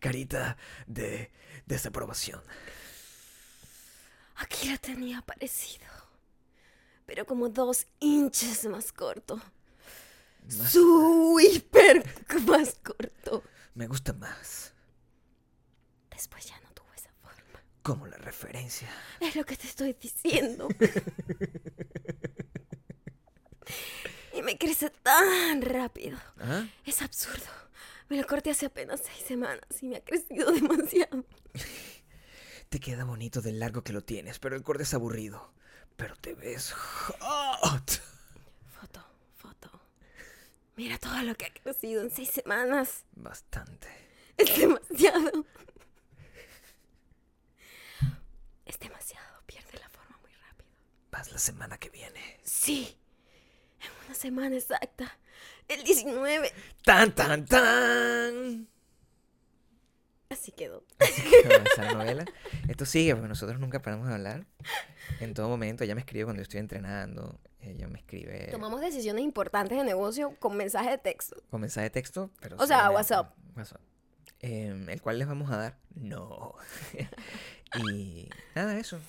[SPEAKER 2] Carita de desaprobación.
[SPEAKER 1] Aquí lo tenía parecido. Pero como dos inches más corto.
[SPEAKER 2] Más-
[SPEAKER 1] Súper más corto.
[SPEAKER 2] Me gusta más
[SPEAKER 1] Después ya no tuvo esa forma.
[SPEAKER 2] como la referencia.
[SPEAKER 1] Es lo que te estoy diciendo. y me crece tan rápido.
[SPEAKER 2] ¿Ah?
[SPEAKER 1] Es absurdo. Me lo corté hace apenas seis semanas y me ha crecido demasiado.
[SPEAKER 2] Te queda bonito del largo que lo tienes, pero el corte es aburrido. Pero te ves hot.
[SPEAKER 1] Foto, foto. Mira todo lo que ha crecido en seis semanas.
[SPEAKER 2] Bastante.
[SPEAKER 1] Es demasiado. Es demasiado. Pierde la forma muy rápido.
[SPEAKER 2] Vas la semana que viene.
[SPEAKER 1] Sí. En una semana exacta. El 19.
[SPEAKER 2] ¡Tan, tan, tan!
[SPEAKER 1] Así quedó.
[SPEAKER 2] Así que bueno, esa novela. Esto sigue, porque nosotros nunca paramos de hablar. En todo momento, ella me escribe cuando yo estoy entrenando. Ella me escribe
[SPEAKER 1] Tomamos decisiones importantes de negocio con mensaje de texto.
[SPEAKER 2] con mensaje de texto, pero...
[SPEAKER 1] O sea,
[SPEAKER 2] solamente
[SPEAKER 1] WhatsApp.
[SPEAKER 2] WhatsApp. Em, el cual les vamos a dar. No. y nada, eso.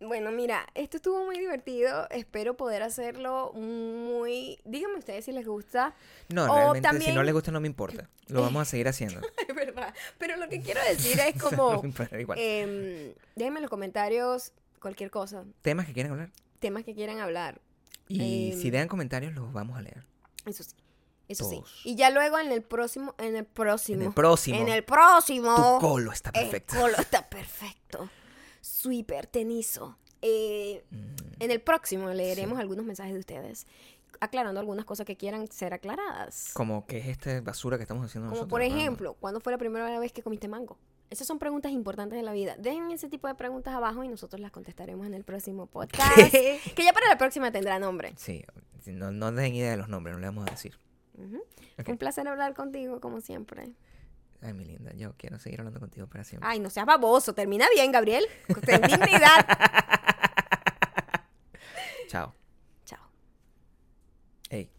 [SPEAKER 1] Bueno, mira, esto estuvo muy divertido. Espero poder hacerlo muy. Díganme ustedes si les gusta.
[SPEAKER 2] No,
[SPEAKER 1] O
[SPEAKER 2] realmente, si
[SPEAKER 1] también-
[SPEAKER 2] no les gusta, no me importa. Lo vamos a seguir haciendo.
[SPEAKER 1] Es verdad. Pero lo que quiero decir es
[SPEAKER 2] O sea,
[SPEAKER 1] como.
[SPEAKER 2] no me importa, igual.
[SPEAKER 1] em, déjenme en los comentarios cualquier cosa,
[SPEAKER 2] Temas que quieran hablar.
[SPEAKER 1] temas que quieran hablar.
[SPEAKER 2] Y
[SPEAKER 1] Em,
[SPEAKER 2] si dejan comentarios, los vamos a leer.
[SPEAKER 1] Eso sí. Eso
[SPEAKER 2] Todos.
[SPEAKER 1] sí. Y ya luego en el próximo. En el próximo.
[SPEAKER 2] En el próximo.
[SPEAKER 1] En el
[SPEAKER 2] Tu
[SPEAKER 1] próximo. eh,
[SPEAKER 2] colo está
[SPEAKER 1] el
[SPEAKER 2] perfecto.
[SPEAKER 1] colo está perfecto. Su hipertenizo. Eh,
[SPEAKER 2] Mm,
[SPEAKER 1] en el próximo leeremos algunos mensajes de ustedes. Aclarando algunas cosas que quieran ser aclaradas.
[SPEAKER 2] Como que es esta basura que estamos haciendo
[SPEAKER 1] Como
[SPEAKER 2] nosotros.
[SPEAKER 1] por
[SPEAKER 2] ¿no?
[SPEAKER 1] ejemplo, ¿cuándo fue la primera vez que comiste mango? Esas son preguntas importantes de la vida. Dejen ese tipo de preguntas abajo y nosotros las contestaremos en el próximo podcast.
[SPEAKER 2] ¿Qué?
[SPEAKER 1] Que ya para la próxima tendrá nombre.
[SPEAKER 2] Sí, no, no den idea de los nombres, no le vamos a decir.
[SPEAKER 1] Ujú.
[SPEAKER 2] Ok.
[SPEAKER 1] Fue un placer hablar contigo, como siempre.
[SPEAKER 2] Ay, mi linda, yo quiero seguir hablando contigo para siempre.
[SPEAKER 1] Ay, no seas baboso. Termina bien, Gabriel. Ten dignidad.
[SPEAKER 2] Chao.
[SPEAKER 1] Ah. Chao.
[SPEAKER 2] Hey.